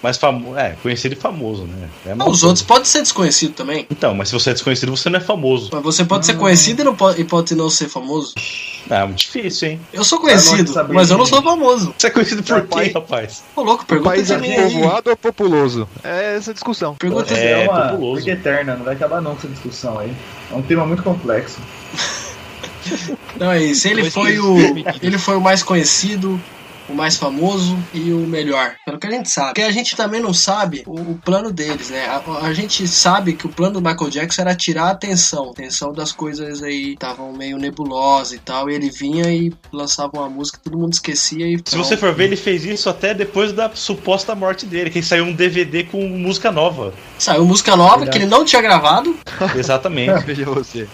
Speaker 3: Mais famoso. É, conhecido e famoso, né? É
Speaker 1: Não, os
Speaker 3: uma-
Speaker 1: outros podem ser desconhecidos também.
Speaker 3: Então, mas se você é desconhecido, você não é famoso.
Speaker 1: Mas você pode ser conhecido e, não pode, e pode não ser famoso.
Speaker 3: Ah, é muito difícil, hein?
Speaker 1: Eu sou conhecido,
Speaker 2: saber
Speaker 1: mas eu não
Speaker 2: quem é.
Speaker 1: sou famoso.
Speaker 3: Você é conhecido por
Speaker 2: Rapaz.
Speaker 3: quê, rapaz?
Speaker 1: Ô louco,
Speaker 5: O
Speaker 1: pergunta
Speaker 5: país
Speaker 1: de
Speaker 5: é
Speaker 1: mim aí.
Speaker 5: povoado ou populoso? É essa discussão.
Speaker 1: Pergunta
Speaker 3: É.
Speaker 2: É, uma
Speaker 3: populoso.
Speaker 2: briga eterna, não vai acabar não com essa discussão aí. É um tema muito complexo.
Speaker 1: Não, aí, se ele
Speaker 5: Dois
Speaker 1: foi
Speaker 5: meses.
Speaker 1: o. Ele foi o mais conhecido, o mais famoso e o melhor. Pelo que a gente sabe. Porque a gente também não sabe o, o plano deles, né? A, a gente sabe que o plano do Michael Jackson era tirar a atenção. A atenção das coisas aí que estavam meio nebulosas e tal. E ele vinha e lançava uma música, todo mundo esquecia e.
Speaker 3: Se você for ver, ele fez isso até depois da suposta morte dele, que saiu um DVD com música nova.
Speaker 1: Saiu música nova que ele não tinha gravado.
Speaker 3: Exatamente.
Speaker 5: Veja você.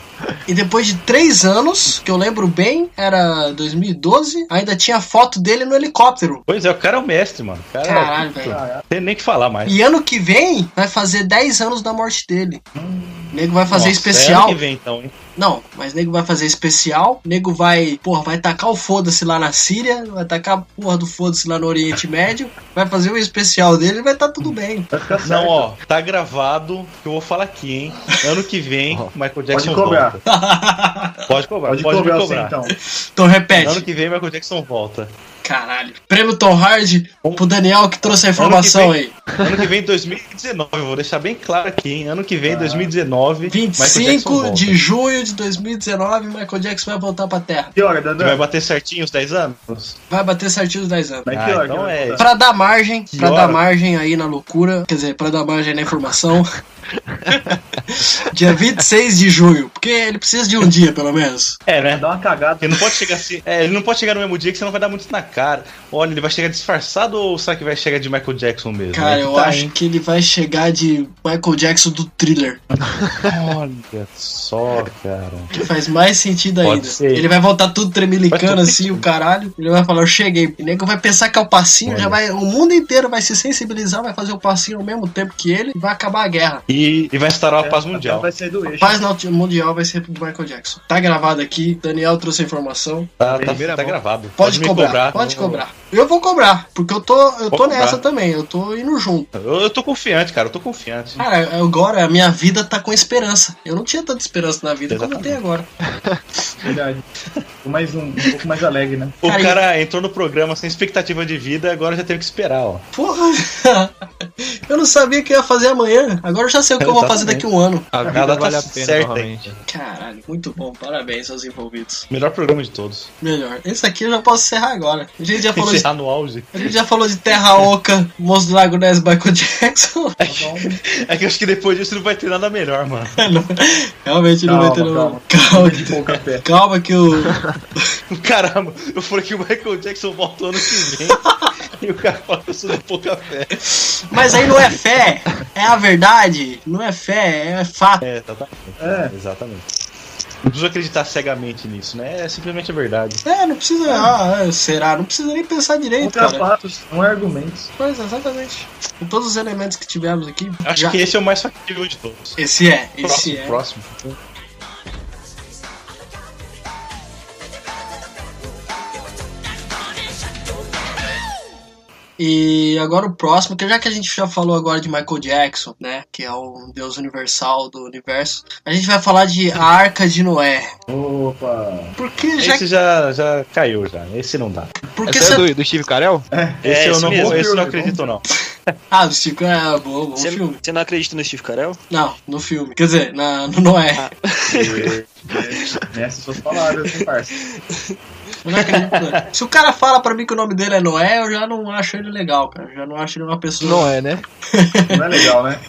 Speaker 1: E depois de três anos, que eu lembro bem, era 2012, ainda tinha foto dele no helicóptero.
Speaker 3: Pois é, o cara é o mestre, mano. O cara,
Speaker 1: Caralho, velho.
Speaker 3: Não tem nem o que falar mais.
Speaker 1: E ano que vem vai fazer 10 anos da morte dele. O nego vai fazer
Speaker 3: Nossa,
Speaker 1: especial.
Speaker 3: É ano que vem, então, hein?
Speaker 1: Não, mas nego vai fazer especial. Nego vai, porra, vai tacar o foda-se lá na Síria. Vai tacar a porra do foda-se lá no Oriente Médio. Vai fazer o especial dele e vai tá tudo bem.
Speaker 2: Vai ficar certo.
Speaker 3: Não, ó, tá gravado, que eu vou falar aqui, hein? Ano que vem,
Speaker 5: Ó,
Speaker 3: Michael Jackson
Speaker 2: cobrar.
Speaker 3: volta. Pode cobrar. Pode cobrar,
Speaker 2: Pode,
Speaker 3: pode,
Speaker 2: cobrar
Speaker 3: me
Speaker 2: assim
Speaker 3: cobrar.
Speaker 2: então.
Speaker 1: Então
Speaker 3: Ano
Speaker 1: repete.
Speaker 3: que vem, Michael Jackson volta.
Speaker 1: Caralho. Prêmio Tom Hard pro Daniel que trouxe a informação
Speaker 3: vem.
Speaker 1: aí.
Speaker 3: Ano que vem, 2019, eu vou deixar bem claro aqui, hein? Ano que vem, 2019, Michael Jackson
Speaker 1: 25
Speaker 3: volta.
Speaker 1: de junho de 2019, Michael Jackson vai voltar pra Terra.
Speaker 2: Que hora,
Speaker 3: Você vai
Speaker 2: Dandan?
Speaker 3: bater certinho os 10 anos?
Speaker 1: Vai bater certinho os 10 anos.
Speaker 2: Mas
Speaker 3: Ah,
Speaker 2: que hora?
Speaker 3: então
Speaker 2: que hora
Speaker 3: é
Speaker 2: que
Speaker 3: isso.
Speaker 1: Pra dar margem,
Speaker 3: Que
Speaker 1: pra
Speaker 3: hora?
Speaker 1: dar margem aí na loucura, quer dizer, pra dar margem na informação. dia 26 de junho, porque ele precisa de um dia, pelo menos.
Speaker 3: É,
Speaker 2: Vai
Speaker 3: né?
Speaker 2: dar uma cagada.
Speaker 3: Ele não pode chegar assim. É, ele não pode chegar no mesmo dia que senão vai dar muito na cara. Olha, ele vai chegar disfarçado ou será que vai chegar de Michael Jackson mesmo?
Speaker 1: Cara,
Speaker 3: Aí
Speaker 1: eu
Speaker 3: tá,
Speaker 1: acho
Speaker 3: hein?
Speaker 1: que ele vai chegar de Michael Jackson do thriller,
Speaker 3: Olha só, cara.
Speaker 1: que faz mais sentido
Speaker 3: Pode
Speaker 1: ainda.
Speaker 3: ser.
Speaker 1: Ele vai voltar tudo
Speaker 3: Vai
Speaker 1: tremelicando
Speaker 3: tudo
Speaker 1: assim, o caralho. Ele vai falar, eu cheguei. O nego vai pensar que é o passinho,
Speaker 3: Olha.
Speaker 1: já vai. O mundo inteiro vai se sensibilizar, vai fazer o passinho ao mesmo tempo que ele e vai acabar a guerra.
Speaker 3: E, e vai instaurar a paz
Speaker 2: né? Até
Speaker 3: mundial.
Speaker 2: Vai sair do eixo.
Speaker 1: Paz na- mundial vai ser do Michael Jackson. Tá gravado aqui, Daniel trouxe a informação.
Speaker 3: Tá, tá,
Speaker 5: Primeira
Speaker 3: tá
Speaker 5: mão.
Speaker 3: gravado.
Speaker 1: Pode,
Speaker 3: me
Speaker 1: cobrar, pode
Speaker 3: Não-
Speaker 1: cobrar. Eu vou cobrar, porque eu tô, eu
Speaker 3: Pode
Speaker 1: tô
Speaker 3: cobrar.
Speaker 1: nessa também, eu tô indo junto.
Speaker 3: Eu, eu tô confiante, cara. Eu tô confiante.
Speaker 1: Cara, agora a minha vida tá com esperança. Eu não tinha tanta esperança na vida como eu tenho agora.
Speaker 2: Verdade. Mais um, um pouco mais alegre, né?
Speaker 3: O
Speaker 1: cara,
Speaker 3: cara entrou no programa sem expectativa de vida, agora já teve que esperar, ó.
Speaker 1: Porra! eu não sabia o que eu ia fazer amanhã. Agora eu já sei o que eu vou fazer
Speaker 3: Exatamente.
Speaker 1: daqui a um ano.
Speaker 5: A vida
Speaker 3: Nada tá
Speaker 5: vale a pena
Speaker 3: certo,
Speaker 5: normalmente.
Speaker 1: Caralho, muito bom. Parabéns aos envolvidos.
Speaker 3: Melhor programa de todos.
Speaker 1: Melhor. Esse aqui eu já posso encerrar agora. A gente já falou de,
Speaker 3: Encerrar no auge.
Speaker 1: a gente já falou de Terra Oca, Monstro do Lago Ness, Michael Jackson.
Speaker 2: Tá bom?
Speaker 3: É que eu acho que depois disso não vai ter nada melhor, mano.
Speaker 1: Realmente não vai ter
Speaker 2: Calma,
Speaker 1: no...
Speaker 2: calma.
Speaker 1: calma.
Speaker 2: De pouco a pé.
Speaker 1: Calma que o,
Speaker 3: Caramba, eu falei que o Michael Jackson volta ano que vem. e o cara fala que eu sou da pouca fé.
Speaker 1: Mas aí não é fé, é a verdade, não é fé, é fato.
Speaker 3: É, tá, tá.
Speaker 2: É.
Speaker 3: Exatamente. Não precisa acreditar cegamente nisso, né? É simplesmente a verdade.
Speaker 1: É, não precisa. Ah, é, será? Não precisa nem pensar direito,
Speaker 2: Contra
Speaker 1: cara.
Speaker 2: fatos, não é argumentos.
Speaker 1: Pois, exatamente. Com todos os elementos que tivemos aqui.
Speaker 3: Acho
Speaker 1: já-
Speaker 3: que esse é o mais factível de todos.
Speaker 1: Esse é, esse
Speaker 3: Próximo,
Speaker 1: é.
Speaker 3: próximo.
Speaker 1: E agora o próximo, que já que a gente já falou agora de Michael Jackson, né? Que é um deus universal do universo, a gente vai falar de a Arca de Noé.
Speaker 2: Opa!
Speaker 1: Porque já.
Speaker 3: Esse já, já caiu, já. Esse não dá.
Speaker 1: Porque
Speaker 5: Essa é
Speaker 1: você.
Speaker 5: do, do Steve Carell?
Speaker 3: Esse,
Speaker 4: É,
Speaker 3: eu
Speaker 4: esse
Speaker 3: não,
Speaker 4: mesmo.
Speaker 3: vou, esse eu não
Speaker 2: Bom filme,
Speaker 3: acredito, não.
Speaker 1: Ah, o Chico é bom, bom
Speaker 4: Você
Speaker 1: filme.
Speaker 4: você não acredita no Steve Carell?
Speaker 1: Não, no filme. Quer dizer, na, no
Speaker 3: Ah.
Speaker 1: Noé.
Speaker 2: Nessas né, suas palavras, hein, parça?
Speaker 1: Eu não acredito, né? Se o cara fala pra mim que o nome dele é Noé, eu já não acho ele legal, cara. Eu já não acho ele uma pessoa.
Speaker 5: Não é, né?
Speaker 2: Não é legal, né?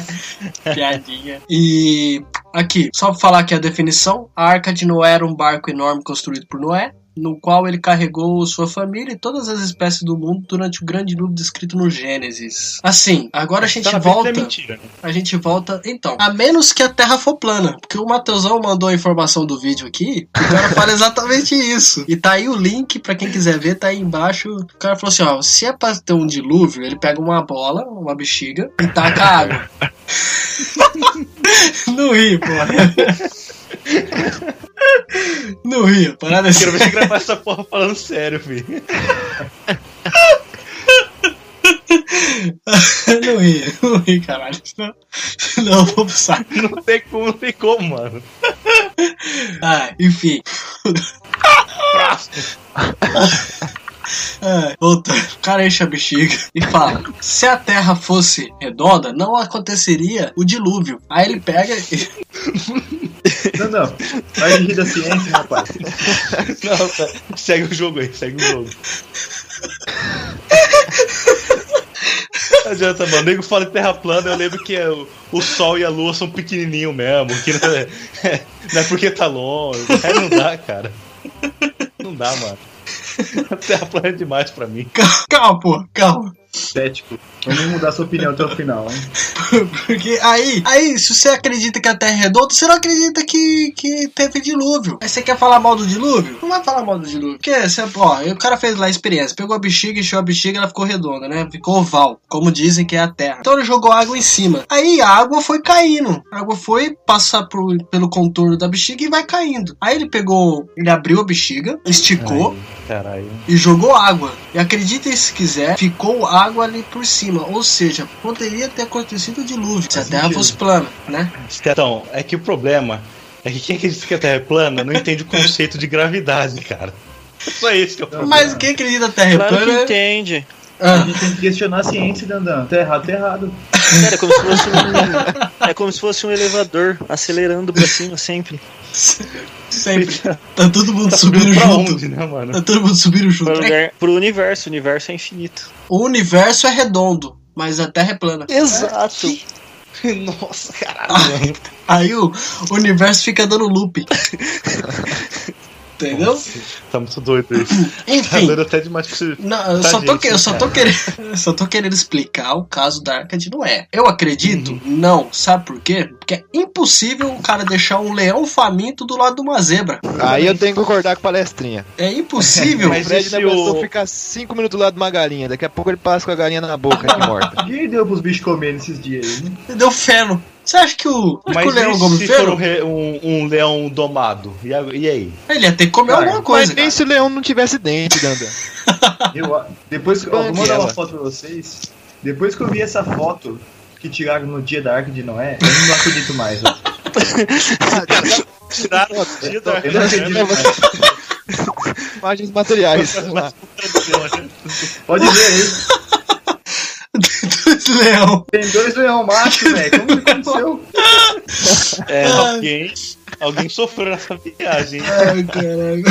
Speaker 1: Piadinha. E aqui, só pra falar aqui a definição: a Arca de Noé era um barco enorme construído por Noé. No qual ele carregou sua família e todas as espécies do mundo durante o grande número descrito no Gênesis. Assim, agora a gente
Speaker 3: Tá na Bíblia
Speaker 1: volta.
Speaker 3: é mentira, né?
Speaker 1: A gente volta. Então, a menos que a Terra for plana, porque o Matheusão mandou a informação do vídeo aqui, o cara fala exatamente isso. E tá aí o link pra quem quiser ver, tá aí embaixo. O cara falou assim: ó, se é pra ter um dilúvio, ele pega uma bola, uma bexiga, e taca água. Não ri, pô. Não ri, a parada é
Speaker 3: Quero ver
Speaker 1: assim.
Speaker 3: você gravar essa porra falando sério, filho.
Speaker 1: Não ri, não ri, caralho. Não, não vou pro saco.
Speaker 3: Não tem como, não tem como, mano.
Speaker 1: Ah, enfim.
Speaker 3: tá.
Speaker 1: Ah, voltando. O cara enche a bexiga e fala: se a terra fosse redonda, não aconteceria o dilúvio. Aí ele pega e.
Speaker 2: Não, não. Vai de rir da ciência, rapaz.
Speaker 3: Não, tá. Segue o jogo aí, segue o jogo. Não adianta, mano. O nego fala em terra plana, eu lembro que é o, o sol e a lua são pequenininho mesmo. Que não, é, não é porque tá longe. Aí não dá, cara. Não dá, mano. A terra plana é demais pra mim.
Speaker 1: Calma, calma, pô, calma.
Speaker 2: Cético. Vamos mudar sua opinião até o final, hein?
Speaker 1: Porque aí, aí, se você acredita que a terra é redonda, você não acredita que, que teve dilúvio. Aí você quer falar mal do dilúvio? Não vai falar mal do dilúvio. Porque, você, ó, o cara fez lá a experiência. Pegou a bexiga, encheu a bexiga, ela ficou redonda, né? Ficou oval, como dizem que é a terra. Então ele jogou água em cima. Aí a água foi caindo. A água foi passar por, pelo contorno da bexiga e vai caindo. Aí ele pegou, ele abriu a bexiga, esticou
Speaker 3: Ai, Caralho.
Speaker 1: e jogou água. E acreditem se quiser, ficou água ali por cima. Ou seja, poderia ter acontecido o dilúvio se a
Speaker 2: Faz
Speaker 1: terra
Speaker 2: sentido.
Speaker 1: fosse plana, né?
Speaker 3: Então, é que o problema é que quem acredita que a Terra é plana não entende o conceito de gravidade, cara. Só isso que eu falo.
Speaker 1: Mas quem acredita na Terra é
Speaker 4: Claro que
Speaker 1: plana?
Speaker 4: entende.
Speaker 2: A
Speaker 1: Ah,
Speaker 2: gente tem que questionar a ciência, Dandan. Tá errado, tá errado.
Speaker 4: Cara, é como se fosse um, é como se fosse um elevador acelerando pra cima sempre.
Speaker 1: sempre. Tá todo mundo subindo
Speaker 3: Subiu pra
Speaker 1: junto.
Speaker 3: onde, né, mano?
Speaker 1: Tá todo mundo subindo
Speaker 4: Pro,
Speaker 1: junto. É,
Speaker 4: lugar, pro universo, o universo é infinito.
Speaker 1: o universo é redondo, mas a Terra é plana.
Speaker 4: Exato. É,
Speaker 3: Nossa, caralho. mano.
Speaker 1: Aí o universo fica dando loop. Entendeu?
Speaker 3: Tá muito doido isso. Tá
Speaker 1: Enfim.
Speaker 3: doido até demais pra você.
Speaker 1: Não, eu
Speaker 3: Tá,
Speaker 1: só, tô
Speaker 3: gente,
Speaker 1: que- eu só tô
Speaker 3: cara.
Speaker 1: querendo, só tô querendo explicar o caso da Arca de Noé. Eu acredito? Não. Sabe por quê? Porque é impossível o cara deixar um leão faminto do lado de uma zebra.
Speaker 5: Aí eu tenho que concordar com a palestrinha.
Speaker 1: É impossível.
Speaker 5: O
Speaker 3: Mas
Speaker 5: Fred
Speaker 3: e
Speaker 5: da
Speaker 3: se o-
Speaker 5: pessoa ficar 5 minutos do lado de uma galinha. Daqui a pouco ele passa com a galinha na boca aqui morta.
Speaker 2: Ninguém deu pros bichos comerem esses dias aí, né?
Speaker 1: Deu feno. Você acha que o, acha que o
Speaker 3: Mas
Speaker 1: leão
Speaker 3: e
Speaker 1: come
Speaker 3: se for
Speaker 1: feno?
Speaker 3: um, re- um- um leão domado? E, a- e aí?
Speaker 1: Ele ia ter que comer
Speaker 2: Cara,
Speaker 1: alguma
Speaker 5: Mas
Speaker 1: coisa.
Speaker 5: nem se o leão não tivesse dente, Dandan.
Speaker 2: Eu, a- depois que eu vou mandar
Speaker 5: Banguela.
Speaker 2: uma foto pra vocês. Depois que eu vi essa foto que tiraram no dia da Arca de Noé, eu não acredito mais. ó.
Speaker 3: Tiraram o
Speaker 1: É,
Speaker 3: dia
Speaker 1: tá,
Speaker 3: da
Speaker 2: Eu não acredito mais.
Speaker 5: Imagens materiais.
Speaker 3: né?
Speaker 2: Pode ver aí.
Speaker 1: Dois leão.
Speaker 2: Tem dois leão macho, velho. Como que aconteceu?
Speaker 4: É,
Speaker 3: Alguém, alguém sofreu nessa viagem. hein?
Speaker 1: Ai, caralho.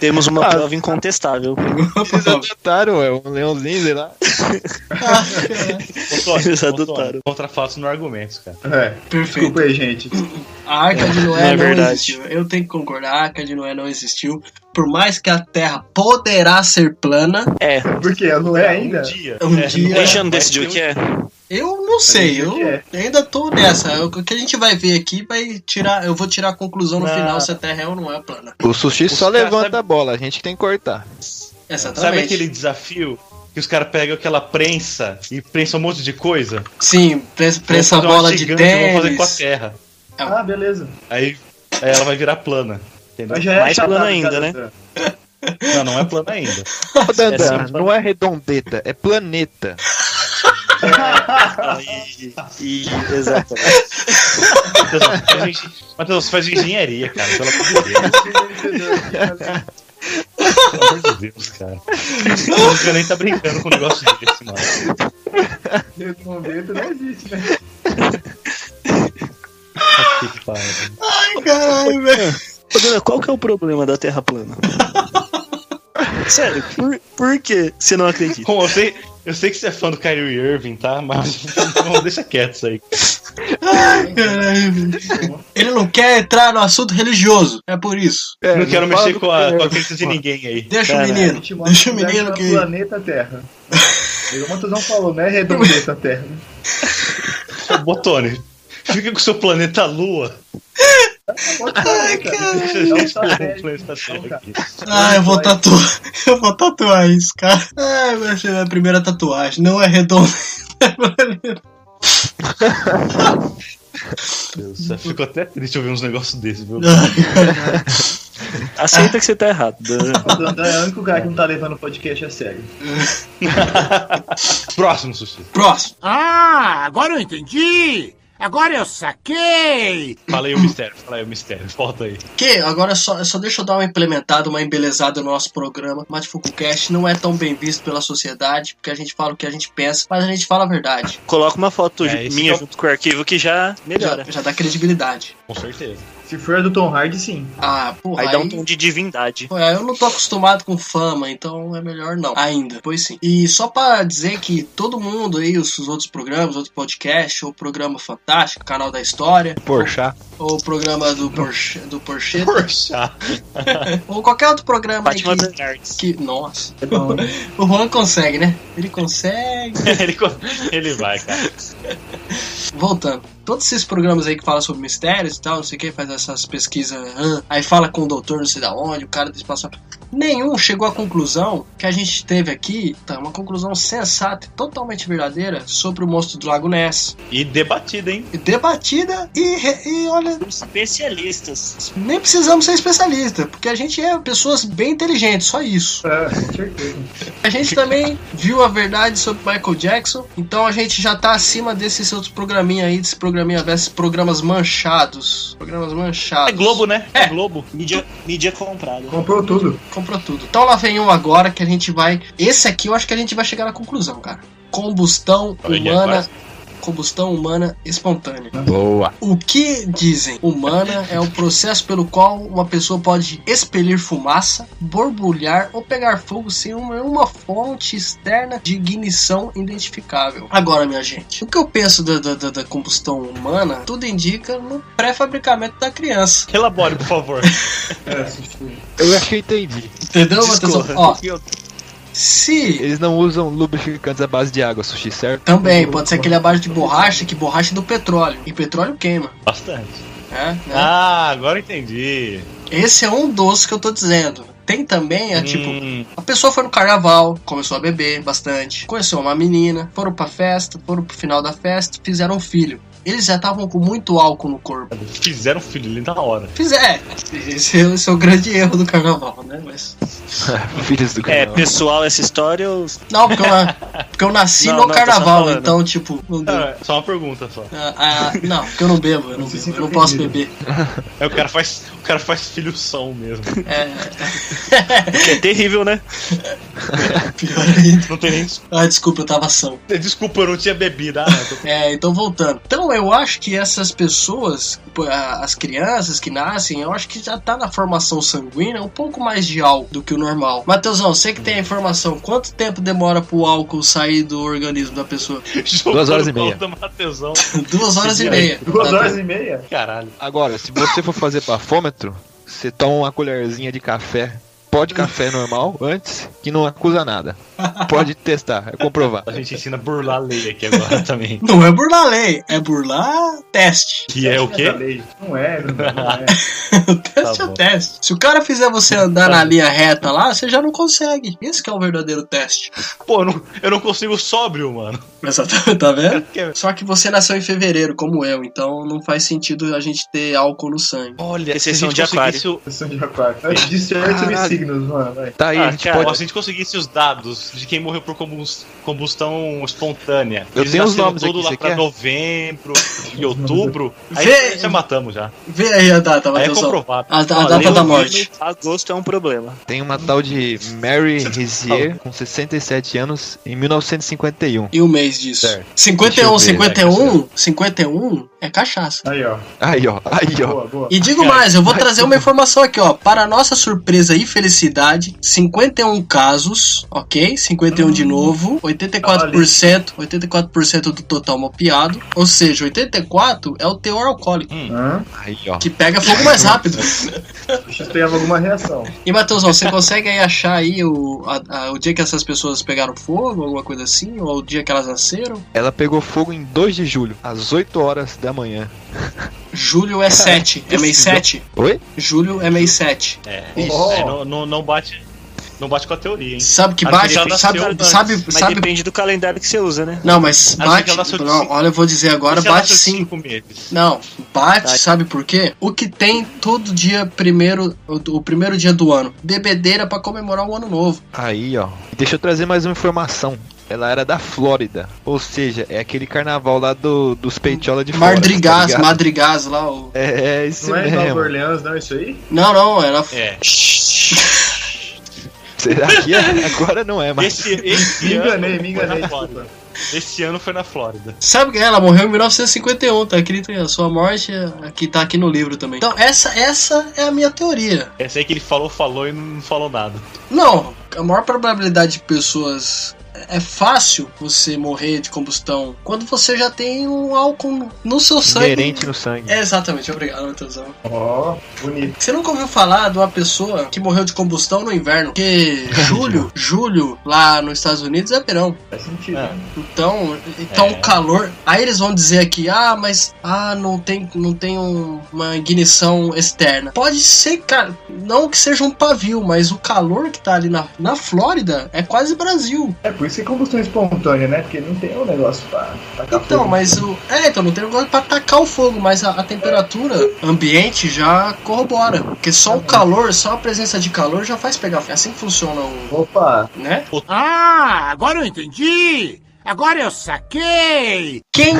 Speaker 4: temos uma
Speaker 5: Ah.
Speaker 4: prova incontestável.
Speaker 5: Eles adotaram, ué, um leãozinho, sei lá.
Speaker 3: Ô,
Speaker 4: Eles
Speaker 3: Tony, ô, Tony,
Speaker 4: adotaram.
Speaker 3: Contra fatos no argumento, cara.
Speaker 2: É,
Speaker 1: Perfeito.
Speaker 2: desculpa aí, gente.
Speaker 1: A Arca de Noé
Speaker 4: não é
Speaker 1: não,
Speaker 4: verdade.
Speaker 1: existiu. Eu tenho que concordar, a Arca de Noé não existiu. Por mais que a Terra poderá ser plana,
Speaker 4: É,
Speaker 2: Porque eu não é ainda.
Speaker 3: Um dia.
Speaker 1: Um dia.
Speaker 4: a gente já não
Speaker 3: vai
Speaker 4: decidiu o
Speaker 3: ter
Speaker 4: que é.
Speaker 1: eu não sei. Eu
Speaker 2: que é.
Speaker 1: ainda tô nessa. O que a gente vai ver aqui vai tirar. Eu vou tirar a conclusão no
Speaker 3: Não.
Speaker 1: final se a Terra é ou não é plana.
Speaker 5: O sushi só
Speaker 3: caras
Speaker 5: levanta
Speaker 3: sabem-
Speaker 5: a bola, a gente que tem que cortar.
Speaker 1: Exatamente.
Speaker 3: Sabe aquele desafio que os caras pegam aquela prensa e prensam um monte de coisa?
Speaker 1: Sim, prensa, prensa a
Speaker 3: Vão fazer uma
Speaker 1: bola de
Speaker 3: gigante, vão fazer com a
Speaker 1: tênis.
Speaker 3: terra.
Speaker 2: Ah, beleza.
Speaker 3: Aí, aí ela vai virar plana.
Speaker 2: Mas
Speaker 3: Entendeu?
Speaker 2: já é
Speaker 4: Mais
Speaker 2: chatado,
Speaker 4: plano ainda,
Speaker 2: cara,
Speaker 4: né?
Speaker 2: Dan.
Speaker 3: Não, não é plana ainda.
Speaker 5: Ô, Dandan,
Speaker 4: assim,
Speaker 5: não é redondeta, é planeta.
Speaker 4: E, e- exatamente.
Speaker 3: Matheus, faz engen- Matheus, faz engenharia, cara. Pelo amor de Deus. Pelo amor de Deus, cara. O Lucas nem tá brincando com um negócio desse, mano.
Speaker 2: Esse momento não existe, né?
Speaker 3: Que pariu.
Speaker 1: Ai, caralho, velho.
Speaker 4: Ô, Dana, qual que é o problema da Terra plana? Sério, por, por que você não acredita?
Speaker 3: Bom, eu sei, eu sei que você é fã do Kyrie Irving, tá? Mas não, deixa quieto isso aí.
Speaker 1: Ai, caralho, velho. Ele não quer entrar no assunto religioso. É por isso.
Speaker 5: É,
Speaker 3: não quero
Speaker 5: fala
Speaker 3: mexer
Speaker 5: do
Speaker 3: com a,
Speaker 5: planeta,
Speaker 3: com a crença de
Speaker 5: mano.
Speaker 3: ninguém aí.
Speaker 1: Deixa
Speaker 4: Caralho.
Speaker 1: o
Speaker 2: A
Speaker 1: menino.
Speaker 2: gente mostra
Speaker 1: Deixa o
Speaker 2: que
Speaker 1: menino
Speaker 2: é
Speaker 1: que.
Speaker 2: planeta Terra. O Matuzão falou, não é redondeta a Terra.
Speaker 3: Botone, fica com o seu planeta Lua.
Speaker 2: Pode falar, cara.
Speaker 3: Deixa a gente
Speaker 2: Não, tá
Speaker 3: com o
Speaker 2: certo.
Speaker 3: planeta Terra aqui.
Speaker 1: Ah, eu vou tatuar. Eu vou tatuar isso, cara. Ai, vai ser minha primeira tatuagem. Não é redonda.
Speaker 3: Deus, eu fico até triste ouvir uns negócios desses, viu?
Speaker 4: Aceita que você tá errado. Dana.
Speaker 2: O Dandan é o único cara que não tá levando o podcast a sério.
Speaker 3: Próximo, Sushi.
Speaker 1: Próximo.
Speaker 6: Ah, agora eu entendi! Agora eu saquei!
Speaker 3: Fala aí o mistério, fala aí o mistério. Volta aí.
Speaker 1: Que agora é só, só deixa eu dar uma implementada, uma embelezada no nosso programa. Matifuku Cast não é tão bem visto pela sociedade, porque a gente fala o que a gente pensa, mas a gente fala a verdade.
Speaker 4: Coloca uma foto
Speaker 3: É, esse
Speaker 4: minha
Speaker 3: que é o-
Speaker 4: junto com o arquivo que já melhora.
Speaker 1: Já, já dá credibilidade.
Speaker 3: Com certeza.
Speaker 2: Se for a do Tom Hardy, sim.
Speaker 1: Ah, porra.
Speaker 4: Aí dá um tom de divindade.
Speaker 1: É, eu não tô acostumado com fama, então é melhor não. Ainda, pois sim. E só pra dizer que todo mundo aí, os, os outros programas, outros podcasts, o programa Fantástico, Canal da História,
Speaker 5: Porchá.
Speaker 1: ou o programa do Porsche, do Porsche
Speaker 3: Porchá.
Speaker 1: ou qualquer outro programa aí
Speaker 4: Fátima
Speaker 1: que,
Speaker 4: das Artes.
Speaker 1: que. Nossa.
Speaker 2: É bom, né?
Speaker 1: O Juan consegue, né? Ele consegue.
Speaker 3: ele, co- ele vai, cara.
Speaker 1: Voltando. Todos esses programas aí que falam sobre mistérios e tal, não sei o que, faz essas pesquisas, ah, aí fala com o doutor não sei da onde, o cara do espaço. Nenhum chegou à conclusão que a gente teve aqui, tá? Uma conclusão sensata e totalmente verdadeira sobre o monstro do Lago Ness.
Speaker 3: E debatido, hein?
Speaker 1: E Debatida e, re- e olha,
Speaker 4: Especialistas.
Speaker 1: nem precisamos ser especialista, porque a gente é pessoas bem inteligentes, só isso.
Speaker 2: Ah, com certeza.
Speaker 1: A gente também viu a verdade sobre Michael Jackson, então a gente já tá acima desses outros programinha aí, desses programinha versus programas manchados. Programas manchados.
Speaker 3: É Globo, né?
Speaker 1: É.
Speaker 3: Globo.
Speaker 4: Mídia, mídia comprada.
Speaker 2: Comprou tudo.
Speaker 1: Comprou tudo. Então lá vem um agora que a gente vai. Esse aqui eu acho que a gente vai chegar na conclusão, cara. Combustão
Speaker 3: Olha,
Speaker 1: humana.
Speaker 3: quase.
Speaker 1: Combustão humana espontânea.
Speaker 5: Boa.
Speaker 1: O que dizem? Humana é o processo pelo qual uma pessoa pode expelir fumaça, borbulhar ou pegar fogo sem uma, uma fonte externa de ignição identificável. Agora, minha gente, o que eu penso da, da- da- da combustão humana, tudo indica no pré-fabricamento da criança.
Speaker 3: Elabore, por favor.
Speaker 2: É, assisti.
Speaker 5: Eu acho que eu entendi.
Speaker 1: Entendeu, Matheus?
Speaker 4: Discorra.
Speaker 1: Ó, se
Speaker 5: Eles não usam lubrificantes à base de água, sushi, certo?
Speaker 1: Também, pode ser aquele abaixo de borracha, que borracha é do petróleo. E petróleo queima,
Speaker 3: Bastante.
Speaker 1: né? né?
Speaker 3: Ah, agora eu entendi.
Speaker 1: Esse é um doce que eu tô dizendo. Tem também, é tipo,
Speaker 3: Hum,
Speaker 1: a pessoa foi no carnaval, começou a beber bastante, conheceu uma menina, foram pra festa, foram pro final da festa, fizeram um filho. Eles já estavam com muito álcool no corpo.
Speaker 3: fizeram um filho ali na hora.
Speaker 1: Fizer, esse é, esse é o grande erro do carnaval, né? Mas.
Speaker 5: Filhos do
Speaker 4: É,
Speaker 5: canal.
Speaker 4: pessoal, essa história é eu...
Speaker 1: Não, porque eu, na- porque eu nasci
Speaker 4: Não,
Speaker 1: no
Speaker 4: não, tô só
Speaker 1: carnaval,
Speaker 4: falando. Ah.
Speaker 1: então, tipo, não deu.
Speaker 3: Cara, só uma pergunta só.
Speaker 1: Ah, ah, não, porque eu não bebo, eu não,
Speaker 2: Você
Speaker 1: bebo,
Speaker 2: se
Speaker 1: eu não posso
Speaker 2: ofendido.
Speaker 1: beber.
Speaker 3: É, o cara faz, o cara faz filhoção mesmo.
Speaker 4: que é terrível, né?
Speaker 1: Pior ainda.
Speaker 3: Não tem nem desculpa.
Speaker 1: Ah, desculpa, eu tava ação.
Speaker 3: Desculpa, eu não tinha bebida. Ah, não, tô-
Speaker 1: É, então voltando. Então eu acho que essas pessoas, pô, a- as crianças que nascem, eu acho que já tá na formação sanguínea um pouco mais de álcool do que o normal. Matheusão, você que tem a informação, quanto tempo demora pro álcool sair do organismo da pessoa?
Speaker 5: Duas horas e
Speaker 3: Jogou no
Speaker 5: meia.
Speaker 3: colo do Mateusão.
Speaker 1: Duas horas e
Speaker 3: Sim,
Speaker 1: meia.
Speaker 2: Duas horas e meia?
Speaker 3: Caralho.
Speaker 5: Agora, se você for fazer bafômetro, você toma uma colherzinha de café, pó de café normal, antes, que não acusa nada. Pode testar, é comprovar.
Speaker 3: A gente ensina a burlar a lei aqui agora também.
Speaker 1: Não é burlar lei, é burlar teste.
Speaker 3: Que é o
Speaker 2: Essa
Speaker 3: quê?
Speaker 2: lei. Não é, não é. Não é.
Speaker 1: teste
Speaker 3: Tá
Speaker 1: é
Speaker 3: bom. Tá
Speaker 1: teste. Se o cara fizer você andar na linha reta lá, você já não consegue. Esse que é o verdadeiro teste.
Speaker 3: Pô, eu não, eu não consigo sóbrio, mano.
Speaker 1: Exatamente, tá vendo?
Speaker 3: Que-
Speaker 1: Só que você nasceu em fevereiro, como eu, então não faz sentido a gente ter álcool no sangue.
Speaker 3: Olha, se a
Speaker 4: Exceção
Speaker 3: gente
Speaker 4: de
Speaker 3: conseguisse o-
Speaker 2: Sessão de aquário. Ah, Disserte os
Speaker 5: Caralho.
Speaker 2: signos, mano. vai.
Speaker 5: Tá aí,
Speaker 4: Ah,
Speaker 5: a gente
Speaker 4: cara,
Speaker 3: Ó,
Speaker 5: pode.
Speaker 3: se a gente conseguisse os dados de quem morreu por combus- combustão espontânea,
Speaker 5: Eu tenho os
Speaker 3: nasceram
Speaker 5: nomes
Speaker 3: tudo
Speaker 5: aqui,
Speaker 3: lá
Speaker 5: você
Speaker 3: pra
Speaker 5: quer?
Speaker 3: novembro e outubro, aí
Speaker 1: Vê-
Speaker 3: já matamos já.
Speaker 1: Vê aí a data,
Speaker 3: Aí é
Speaker 1: Matheusão.
Speaker 3: comprovado.
Speaker 1: a, a
Speaker 4: Ó,
Speaker 1: data
Speaker 4: leu
Speaker 5: um
Speaker 1: da
Speaker 4: o
Speaker 1: morte.
Speaker 4: livro, Agosto é um problema.
Speaker 5: Tem uma tal de Mary Rizier, com 67 anos, em 1951.
Speaker 1: E o mês disso.
Speaker 5: Certo.
Speaker 1: 51,
Speaker 5: Deixa eu ver, né,
Speaker 1: 51, 51 é cachaça.
Speaker 2: Aí, ó.
Speaker 5: Aí, ó, aí, ó.
Speaker 2: Boa, boa.
Speaker 1: E digo mais, eu vou trazer uma informação aqui, ó. Para nossa surpresa e felicidade, 51 casos, ok? 51 de novo, 84%, 84% do total mapeado. Ou seja, 84 é o teor alcoólico,
Speaker 2: Hã?
Speaker 5: Aí, ó.
Speaker 1: que pega fogo mais rápido.
Speaker 2: Esperava alguma reação.
Speaker 1: E Matheusão, você consegue aí achar aí o, a- a- o dia que essas pessoas pegaram fogo, alguma coisa assim? Ou o dia que elas nasceram?
Speaker 5: Ela pegou fogo em 2 de julho, às 8 horas da manhã.
Speaker 1: Julho é 7, é mês 7.
Speaker 5: Oi?
Speaker 1: Julho é mês 7.
Speaker 3: É,
Speaker 2: Isso.
Speaker 3: é, não, não, não bate, não bate com a teoria, hein?
Speaker 1: Sabe que
Speaker 3: Acho que
Speaker 1: bate?
Speaker 3: já nasceu
Speaker 1: Sabe,
Speaker 3: antes.
Speaker 1: sabe,
Speaker 4: Mas
Speaker 1: sabe
Speaker 4: depende do calendário que você usa, né?
Speaker 1: Não, mas
Speaker 3: Acho que
Speaker 1: bate.
Speaker 3: ela nasceu de
Speaker 1: Não,
Speaker 3: cinco.
Speaker 1: olha, eu vou dizer agora,
Speaker 3: E se ela
Speaker 1: bate
Speaker 3: nasceu
Speaker 1: sim.
Speaker 3: cinco meses?
Speaker 1: Não, bate,
Speaker 4: Tá.
Speaker 1: sabe por quê? O que tem todo dia primeiro, o, o primeiro dia do ano, bebedeira pra comemorar o ano novo.
Speaker 5: Aí, ó. Deixa eu trazer mais uma informação. Ela era da Flórida, ou seja, é aquele carnaval lá do, dos peitiola de fora. tá
Speaker 1: Madrigás,
Speaker 5: ligado?
Speaker 1: madrigás lá. O...
Speaker 5: É, é isso
Speaker 2: Não é Nova
Speaker 5: mesmo.
Speaker 2: Orleans, não, isso aí?
Speaker 1: Não, não, era
Speaker 3: É,
Speaker 5: Será que é? agora não é mais?
Speaker 3: esse, esse
Speaker 2: Me
Speaker 3: ano
Speaker 2: enganei, me
Speaker 3: foi na
Speaker 2: enganei,
Speaker 3: Flórida.
Speaker 2: desculpa.
Speaker 3: Esse ano foi na Flórida.
Speaker 1: Sabe que ela morreu em 1951, tá escrito aí, a sua morte, é, que tá aqui no livro também. Então, essa, essa é a minha teoria.
Speaker 3: Essa aí que ele falou, falou e não falou nada.
Speaker 1: Não, a maior probabilidade de pessoas. É fácil você morrer de combustão quando você já tem um álcool no- no seu sangue.
Speaker 5: Inerente no sangue.
Speaker 1: É, exatamente, obrigado, Matheusão.
Speaker 2: Ó, bonito.
Speaker 1: Você nunca ouviu falar de uma pessoa que morreu de combustão no inverno? Porque julho, julho, lá nos Estados Unidos é verão.
Speaker 2: Faz sentido.
Speaker 3: Ah.
Speaker 1: Então, então
Speaker 3: É.
Speaker 1: o calor. Aí eles vão dizer aqui, ah, mas ah, não tem, não tem um- uma ignição externa. Pode ser, cara, não que seja um pavio, mas o calor que tá ali na, na Flórida é quase Brasil.
Speaker 2: É por isso que é combustão espontânea, né? Porque não tem um negócio pra tacar
Speaker 1: Então,
Speaker 2: Tá fogo.
Speaker 1: mas o. É, então não tem negócio pra atacar o fogo, mas a, a temperatura ambiente já corrobora. Porque só o calor, só a presença de calor já faz pegar fogo. É assim que funciona o.
Speaker 2: Opa,
Speaker 1: né?
Speaker 6: Ah, agora eu entendi! Agora eu saquei!
Speaker 1: Quem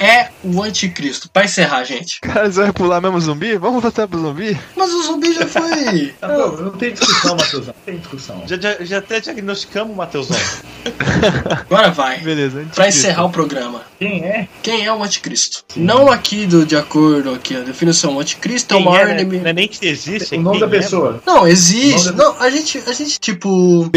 Speaker 1: é o anticristo? Pra encerrar, gente.
Speaker 5: Cara, eles vão pular mesmo zumbi? Vamos voltar pro zumbi?
Speaker 1: Mas o zumbi já foi.
Speaker 2: Tá bom, não tem discussão, Matheusão. Não tem discussão.
Speaker 3: Já, já, já até diagnosticamos, Matheusão.
Speaker 1: Agora vai.
Speaker 5: Beleza,
Speaker 1: Pra encerrar o programa.
Speaker 2: Quem é?
Speaker 1: Quem é o anticristo? Não aqui do de acordo aqui, a definição. O anticristo é o
Speaker 3: Quem
Speaker 1: maior
Speaker 3: é, né?
Speaker 1: inimigo.
Speaker 3: Não é nem que existe. é
Speaker 2: O nome
Speaker 3: quem
Speaker 2: da
Speaker 3: é,
Speaker 2: pessoa.
Speaker 1: Não, existe.
Speaker 2: Não,
Speaker 1: Não, a gente, a gente tipo.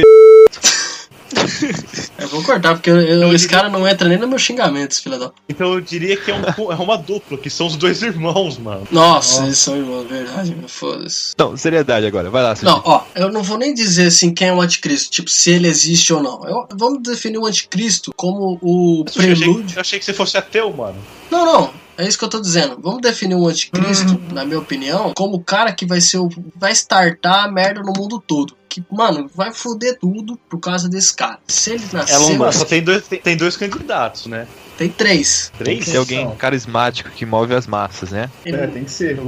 Speaker 1: Eu vou cortar, porque eu- eu- esse cara não entra nem nos meus xingamentos, filha da.
Speaker 3: Então eu diria que é, um, cu- é uma dupla, que são os dois irmãos, mano.
Speaker 1: Nossa, eles são irmãos, verdade, meu, foda-se.
Speaker 5: Então, seriedade agora. Vai lá, Cid.
Speaker 1: Não, ó, eu não vou nem dizer assim quem é o anticristo, tipo, se ele existe ou não. Eu- vamos definir o anticristo como o
Speaker 3: Eu achei,
Speaker 1: prelúdio.
Speaker 3: eu achei que você fosse ateu, mano.
Speaker 1: Não, não. É isso que eu tô dizendo. Vamos definir o anticristo, na minha opinião, como o cara que vai ser o. vai startar a merda no mundo todo. Que, mano, vai foder tudo por causa desse cara. Se ele
Speaker 4: Elon
Speaker 1: nasceu.
Speaker 4: Musk.
Speaker 3: Só tem dois, tem, tem dois candidatos, né?
Speaker 1: tem três.
Speaker 5: Tem que
Speaker 3: Três?
Speaker 5: ser alguém carismático que move as massas, né?
Speaker 2: É, tem que ser.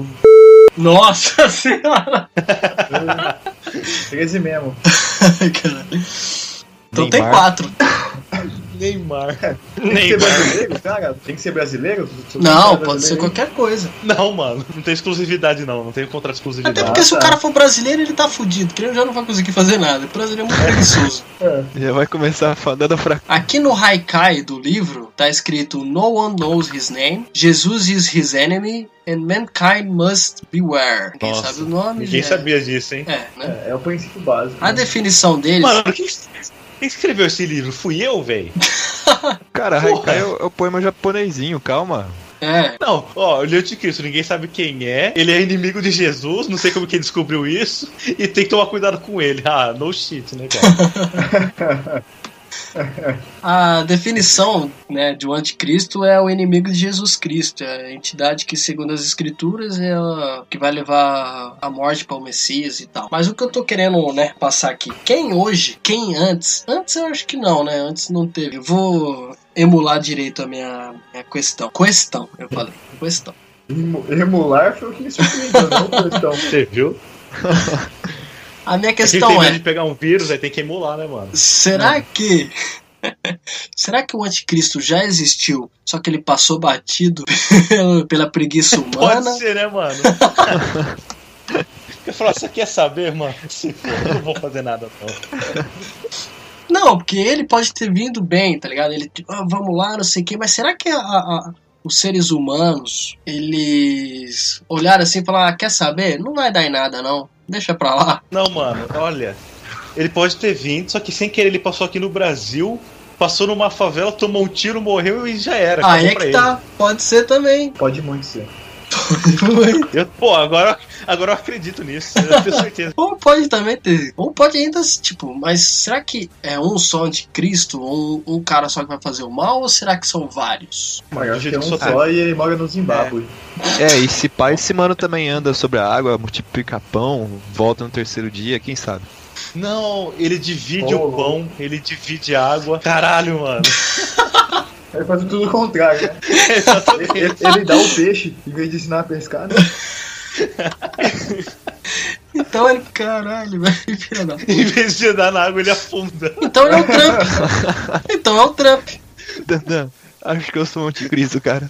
Speaker 1: Nossa senhora!
Speaker 2: Eu- 13 mesmo.
Speaker 1: Caralho. Então tem
Speaker 5: Neymar.
Speaker 1: quatro.
Speaker 3: Neymar.
Speaker 1: É.
Speaker 2: Tem que ser
Speaker 3: Neymar.
Speaker 2: brasileiro, cara? Tem que ser brasileiro? Se o
Speaker 1: Não,
Speaker 2: cara é
Speaker 1: pode ser
Speaker 2: brasileiro,
Speaker 1: qualquer coisa.
Speaker 3: Não, mano. Não tem exclusividade, não. Não tem contrato de
Speaker 1: Até
Speaker 3: exclusividade.
Speaker 1: porque se o
Speaker 2: tá.
Speaker 1: cara for brasileiro, ele tá fudido, que ele já não vai conseguir fazer nada. O brasileiro é muito preguiçoso.
Speaker 5: Já vai começar dando a fraca.
Speaker 1: Aqui no Haikai do livro, tá escrito No one knows his name, Jesus is his enemy, and mankind must beware. Ninguém
Speaker 3: Nossa,
Speaker 1: sabe o nome,
Speaker 3: Ninguém
Speaker 1: né?
Speaker 3: sabia disso, hein?
Speaker 1: É, né?
Speaker 2: É, é o princípio básico.
Speaker 1: A definição deles...
Speaker 3: Mano, quem, quem escreveu esse livro? Fui eu, velho?
Speaker 5: Cara,
Speaker 3: Porra.
Speaker 5: Haikai é o é o poema japonesinho, calma.
Speaker 1: É.
Speaker 3: Não, ó, o Leão de Cristo, ninguém sabe quem é. Ele é inimigo de Jesus, não sei como que ele descobriu isso. E tem que tomar cuidado com ele. Ah, no shit, né, cara?
Speaker 1: A definição né, de um anticristo é o inimigo de Jesus Cristo, é a entidade que, segundo as escrituras, é a que vai levar a morte para o Messias e tal. Mas o que eu tô querendo né, passar aqui, quem hoje, quem antes, antes eu acho que não, né? Antes não teve. Eu vou emular direito a minha, minha questão. Questão, eu falei, questão.
Speaker 2: Emu- Emular foi o que me surpreendeu, não foi tão.
Speaker 3: Você viu?
Speaker 1: A minha
Speaker 3: A gente tem
Speaker 1: questão
Speaker 3: medo
Speaker 1: é.
Speaker 3: de pegar um vírus, aí tem que emular, né, mano?
Speaker 1: Será que. Será que o anticristo já existiu, só que ele passou batido pela preguiça humana?
Speaker 3: Pode ser, né, mano? Eu falo, você quer saber, mano? Se for, eu não vou fazer nada, não.
Speaker 1: Não, porque ele pode ter vindo bem, tá ligado? Ele, tipo, ah, vamos lá, não sei o quê, mas será que a- a- os seres humanos, eles olharam assim e falaram, ah, quer saber? Não vai dar em nada, não. Deixa pra lá.
Speaker 3: Não, mano, olha. Ele pode ter vindo, só que sem querer ele passou aqui no Brasil, passou numa favela, tomou um tiro, morreu e já era.
Speaker 1: Aí
Speaker 3: acabou
Speaker 1: é
Speaker 3: pra
Speaker 1: que
Speaker 3: ele.
Speaker 1: tá, pode ser também.
Speaker 2: Pode muito ser.
Speaker 3: Eu, pô, agora, agora eu acredito nisso. Eu tenho certeza.
Speaker 1: Ou pode também ter. Ou pode ainda, tipo, mas será que é um só anticristo? Ou um, um cara só que vai fazer o mal? Ou será que são vários?
Speaker 2: Mas eu acho que é um
Speaker 3: Jiu-jitsu
Speaker 2: só e ele mora no Zimbábue.
Speaker 5: É, e se pai, esse mano também anda sobre a água, multiplica pão, volta no terceiro dia, quem sabe?
Speaker 3: Não, ele divide
Speaker 2: Ô,
Speaker 3: o pão, ele divide a água. Caralho, mano.
Speaker 2: Ele faz tudo o contrário, né? Ele,
Speaker 3: Exatamente.
Speaker 2: ele- ele dá o peixe em vez de ensinar a pescar, né?
Speaker 1: Então ele. Caralho, velho. filha da-
Speaker 3: em vez de andar na água, ele afunda.
Speaker 1: Então ele é o Trump. Então é o Trump.
Speaker 5: Dandan, acho que eu sou um anticristo, cara.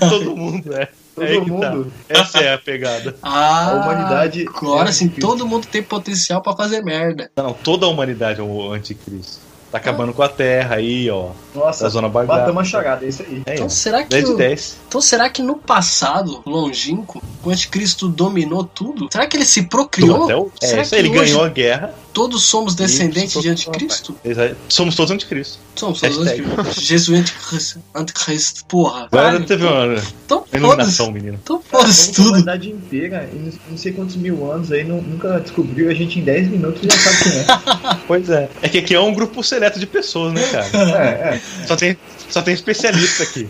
Speaker 3: Todo mundo é.
Speaker 2: Todo
Speaker 3: é aí que tá.
Speaker 2: mundo.
Speaker 3: Essa é a pegada.
Speaker 1: Ah,
Speaker 2: A humanidade
Speaker 1: Agora
Speaker 3: Né?
Speaker 2: é
Speaker 1: sim,
Speaker 2: difícil.
Speaker 1: todo mundo tem potencial pra fazer merda.
Speaker 3: Não, toda a humanidade é o anticristo. Tá acabando com a Terra aí, ó.
Speaker 2: Nossa,
Speaker 3: Da zona barbeada.
Speaker 2: batamos a charada, é isso aí.
Speaker 3: É
Speaker 1: Então
Speaker 3: isso.
Speaker 1: será que
Speaker 3: 10 de
Speaker 1: o-
Speaker 3: 10.
Speaker 1: então será que no passado longínquo o anticristo dominou tudo? Será que ele se procriou?
Speaker 3: Até o... É
Speaker 1: será
Speaker 3: isso
Speaker 1: que
Speaker 3: aí, ele
Speaker 1: hoje
Speaker 3: ganhou a guerra.
Speaker 1: todos somos descendentes
Speaker 5: Isso,
Speaker 1: de anticristo?
Speaker 3: Exa- Somos todos anticristo.
Speaker 1: Somos todos
Speaker 3: Hashtag.
Speaker 1: anticristo. Jesus anticristo, anticristo, porra.
Speaker 3: Agora
Speaker 1: Caralho,
Speaker 3: teve uma
Speaker 1: Então
Speaker 3: iluminação,
Speaker 1: foda-se.
Speaker 3: menino.
Speaker 1: Então foda-se
Speaker 2: A
Speaker 1: tudo.
Speaker 2: humanidade inteira, em não sei quantos mil anos aí, nu- nunca descobriu, a gente em 10 minutos já sabe quem é.
Speaker 3: Pois é. É que aqui é um grupo seleto de pessoas, né, cara?
Speaker 2: É, é.
Speaker 3: Só tem, só tem especialista aqui.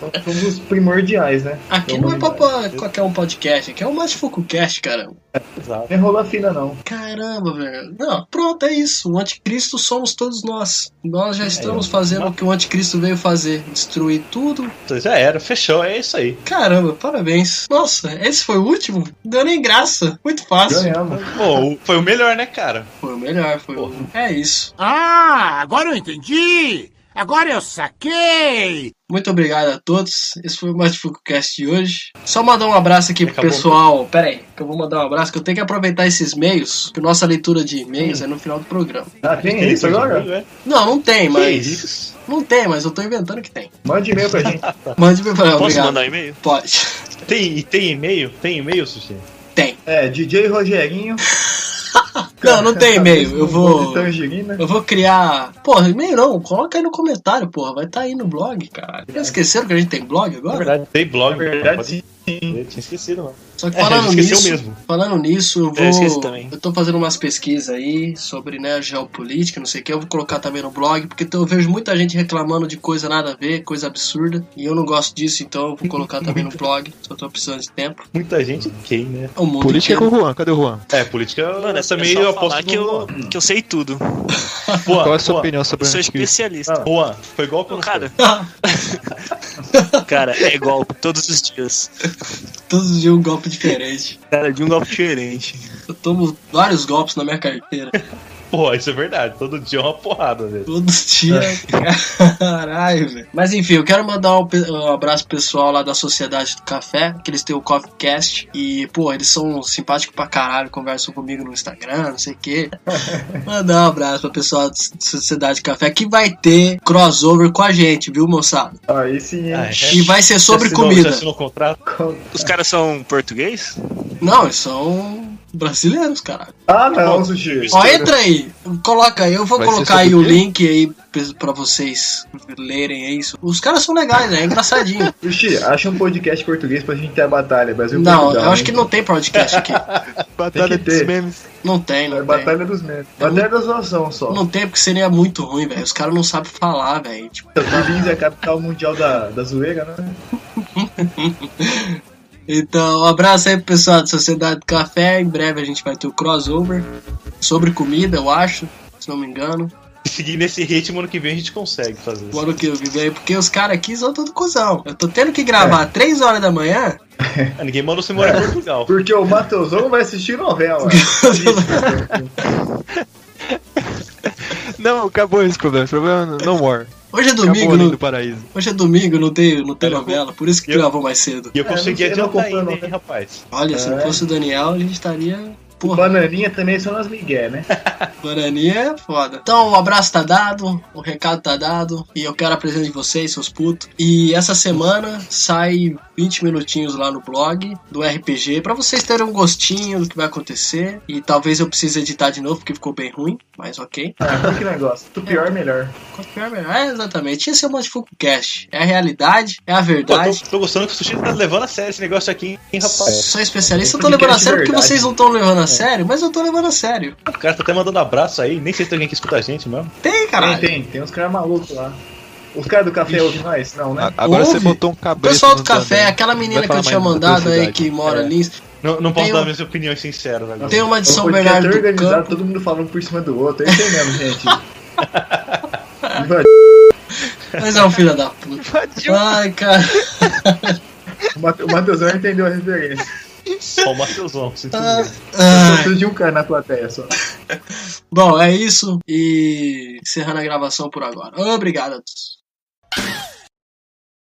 Speaker 2: São Somos os primordiais, né?
Speaker 1: Aqui
Speaker 2: Da
Speaker 1: não é pra,
Speaker 2: humanidade.
Speaker 1: pra qualquer um podcast, aqui é o Matifucucast, caramba.
Speaker 3: Exato.
Speaker 2: Não é rola fina, não.
Speaker 1: Caramba, velho. Não, pronto, é isso. O anticristo somos todos nós. Nós
Speaker 3: É,
Speaker 1: já estamos fazendo o que o anticristo veio fazer. Destruir tudo.
Speaker 3: Então, já era, fechou, é isso aí.
Speaker 1: Caramba, parabéns. Nossa, esse foi o último? Não deu nem graça. Muito fácil.
Speaker 2: Ganhamos.
Speaker 3: Bom, o- foi o melhor, né, cara?
Speaker 1: Foi o melhor, foi o... É isso.
Speaker 6: Ah, agora eu entendi! Agora eu saquei!
Speaker 1: Muito obrigado a todos. Esse foi o Matifucucast de hoje. Só mandar um abraço aqui pro
Speaker 3: Acabou.
Speaker 1: pessoal. Pera aí, que eu vou mandar um abraço, que eu tenho que aproveitar esses e-mails, que nossa leitura de e-mails é no final do programa.
Speaker 2: Ah, tem isso agora?
Speaker 3: né?
Speaker 1: Não, não tem,
Speaker 3: Que
Speaker 1: mas.
Speaker 3: isso?
Speaker 1: Não tem, mas eu tô inventando que tem.
Speaker 2: Mande e-mail pra gente.
Speaker 3: Tá.
Speaker 1: Mande pra
Speaker 4: Posso
Speaker 1: obrigado.
Speaker 4: mandar um e-mail?
Speaker 1: Pode.
Speaker 3: Tem, e tem e-mail? Tem e-mail, Sushi?
Speaker 1: Tem.
Speaker 2: É, DJ Rogerinho.
Speaker 1: Não, não
Speaker 3: tá
Speaker 1: tem e-mail. Eu vou.
Speaker 3: então,
Speaker 2: De tangerina.
Speaker 1: Eu vou criar. Porra, e-mail não. Coloca aí no comentário, porra. Vai estar tá aí no blog, caralho. Já esqueceram que a gente tem blog
Speaker 3: Na
Speaker 1: agora?
Speaker 3: É verdade, tem blog.
Speaker 2: Na verdade, sim.
Speaker 3: Eu tinha esquecido, mano.
Speaker 1: Só que
Speaker 3: É, a
Speaker 1: É falando
Speaker 3: gente esqueceu
Speaker 1: nisso.
Speaker 3: mesmo.
Speaker 1: Falando nisso, eu vou.
Speaker 4: esqueci também.
Speaker 1: eu tô fazendo umas pesquisas aí sobre, né, geopolítica, não sei o que. Eu vou colocar também no blog, porque eu vejo muita gente reclamando de coisa nada a ver, coisa absurda. E eu não gosto disso, então eu vou colocar também no blog. Só tô precisando de tempo.
Speaker 3: Muita gente quem, né?
Speaker 1: O mundo
Speaker 5: Política é com
Speaker 1: inteiro.
Speaker 5: o Juan, cadê o Juan?
Speaker 3: É, política
Speaker 4: Mano, é
Speaker 3: eu
Speaker 4: só
Speaker 3: também
Speaker 4: falar
Speaker 3: eu aposto
Speaker 4: que eu, que eu sei tudo.
Speaker 3: Juan,
Speaker 5: Qual é a sua
Speaker 3: Juan,
Speaker 5: opinião sobre
Speaker 4: Eu sou
Speaker 5: o anticristo?
Speaker 4: especialista.
Speaker 3: Ah, Juan, foi igual com
Speaker 4: Cara, cara, é golpe todos os dias.
Speaker 1: Todos os dias um golpe diferente.
Speaker 4: Cara, de um golpe diferente.
Speaker 1: Eu tomo vários golpes na minha carteira.
Speaker 3: Pô, isso é verdade. Todo dia é uma porrada, velho.
Speaker 1: Todos os dias.
Speaker 3: É.
Speaker 1: Caralho, velho. Mas enfim, eu quero mandar um, pe- um abraço pro pessoal lá da Sociedade do Café, que eles têm o Coffee Cast. E, pô, eles são simpáticos pra caralho, conversam comigo no Instagram, não sei o quê. Mandar um abraço pro pessoal da Sociedade do Café, que vai ter crossover com a gente, viu, moçada?
Speaker 2: Aí sim, hein?
Speaker 3: Ah, é.
Speaker 1: E vai ser sobre
Speaker 3: Já assinou-
Speaker 1: comida.
Speaker 3: Já assinou o contrato?
Speaker 2: Com-
Speaker 4: Os caras são português?
Speaker 1: Não, eles são brasileiros, caralho.
Speaker 2: Ah, não, Sushi.
Speaker 1: Ó, entra aí, coloca aí, eu vou
Speaker 5: Vai ser
Speaker 1: colocar
Speaker 5: sobre
Speaker 1: aí o
Speaker 5: o quê?
Speaker 1: link aí pra vocês lerem aí isso. Os caras são legais, né? É engraçadinho.
Speaker 2: Sushi, acha um podcast português pra gente ter a batalha. Brasil
Speaker 1: Não,
Speaker 2: Portugal,
Speaker 1: eu acho
Speaker 2: hein?
Speaker 1: que não tem podcast aqui.
Speaker 5: Batalha
Speaker 2: que
Speaker 5: dos
Speaker 2: ter.
Speaker 5: memes.
Speaker 1: Não tem,
Speaker 2: É
Speaker 1: não tem.
Speaker 2: batalha dos memes. Batalha da zoação só.
Speaker 1: Não tem porque seria muito ruim, velho. Os caras não sabem falar, velho. Tipo,
Speaker 2: Billings é a capital mundial da, da zoeira, né?
Speaker 1: Então, um abraço aí pro pessoal da Sociedade do Café. Em breve a gente vai ter o crossover sobre comida, eu acho, se não me engano.
Speaker 3: Seguir nesse ritmo, ano que vem a gente consegue fazer
Speaker 1: O
Speaker 3: isso.
Speaker 1: ano que eu vivi aí, porque os caras aqui são tudo cuzão. Eu tô tendo que gravar às 3 horas da manhã.
Speaker 3: Ah, ninguém mandou você
Speaker 5: É.
Speaker 3: morar em Portugal.
Speaker 2: Porque o Matheusão vai assistir novela.
Speaker 1: é
Speaker 5: Não, acabou esse problema. Esse problema não- no more.
Speaker 1: Hoje é
Speaker 5: Acabou né?
Speaker 1: domingo,
Speaker 5: ali do
Speaker 1: não,
Speaker 5: paraíso.
Speaker 1: hoje é domingo, não tem, não tem
Speaker 3: Eu-
Speaker 1: novela, por isso que
Speaker 3: eu-
Speaker 1: gravou mais cedo.
Speaker 3: E eu
Speaker 2: É,
Speaker 3: consegui
Speaker 2: não sei, não
Speaker 3: adiantar
Speaker 2: comprou,
Speaker 3: ainda,
Speaker 2: não.
Speaker 3: hein, rapaz.
Speaker 1: Olha, se não
Speaker 2: É.
Speaker 1: fosse o Daniel, a gente estaria.
Speaker 2: O
Speaker 1: Porra,
Speaker 2: Bananinha também são as migué, né?
Speaker 1: Guarani é foda. Então, o abraço tá dado, o recado tá dado, e eu quero a presença de vocês, seus putos. E essa semana sai 20 minutinhos lá no blog do RPG, pra vocês terem um gostinho do que vai acontecer. E talvez eu precise editar de novo, porque ficou bem ruim, mas ok.
Speaker 2: Ah, que negócio. Do
Speaker 1: É.
Speaker 2: pior, melhor.
Speaker 1: Quanto pior, melhor. É, exatamente. Esse é o Modifuco Cast. É a realidade, é a
Speaker 3: Pô, tô,
Speaker 1: verdade.
Speaker 3: tô gostando que o Sushi tá levando a sério esse negócio aqui, hein, rapaz.
Speaker 1: Sou especialista, eu tô
Speaker 2: É um
Speaker 1: levando a
Speaker 2: podcast
Speaker 1: sério porque
Speaker 2: verdade.
Speaker 1: vocês não estão levando a sério, mas eu tô levando a sério.
Speaker 5: É.
Speaker 3: O cara tá até mandando abraço aí, nem sei se tem alguém que escuta a gente mesmo.
Speaker 1: Tem,
Speaker 2: Tem,
Speaker 1: caralho.
Speaker 2: tem. Tem uns caras malucos lá. Os caras do café ouvem nós? Não, né?
Speaker 5: A- Agora
Speaker 1: Ouve.
Speaker 5: você botou um
Speaker 1: O
Speaker 5: cabelo.
Speaker 1: Pessoal do café, aquela menina
Speaker 5: Vai
Speaker 1: que eu
Speaker 5: falar
Speaker 1: tinha
Speaker 5: mais da
Speaker 1: mandado aí
Speaker 5: publicidade.
Speaker 1: que mora
Speaker 2: É.
Speaker 1: ali em
Speaker 3: Não, não posso
Speaker 1: Tem
Speaker 3: dar
Speaker 1: um-
Speaker 3: minhas opiniões sinceras agora.
Speaker 1: Tem uma de
Speaker 2: O
Speaker 1: São
Speaker 2: podcast
Speaker 1: Bernardo
Speaker 2: é
Speaker 1: do
Speaker 2: organizado,
Speaker 1: Campo.
Speaker 2: todo mundo falando por cima do outro. É isso aí mesmo, gente. Invad-
Speaker 1: Mas é um filho da puta. Ai, cara.
Speaker 2: O Mate- o Matheusão entendeu a referência.
Speaker 3: Só o Matheusão, sinto muito.
Speaker 2: Eu só
Speaker 1: Ai.
Speaker 2: preciso de um cara na plateia só.
Speaker 1: Bom, é isso. E encerrando a gravação por agora. Obrigado a todos.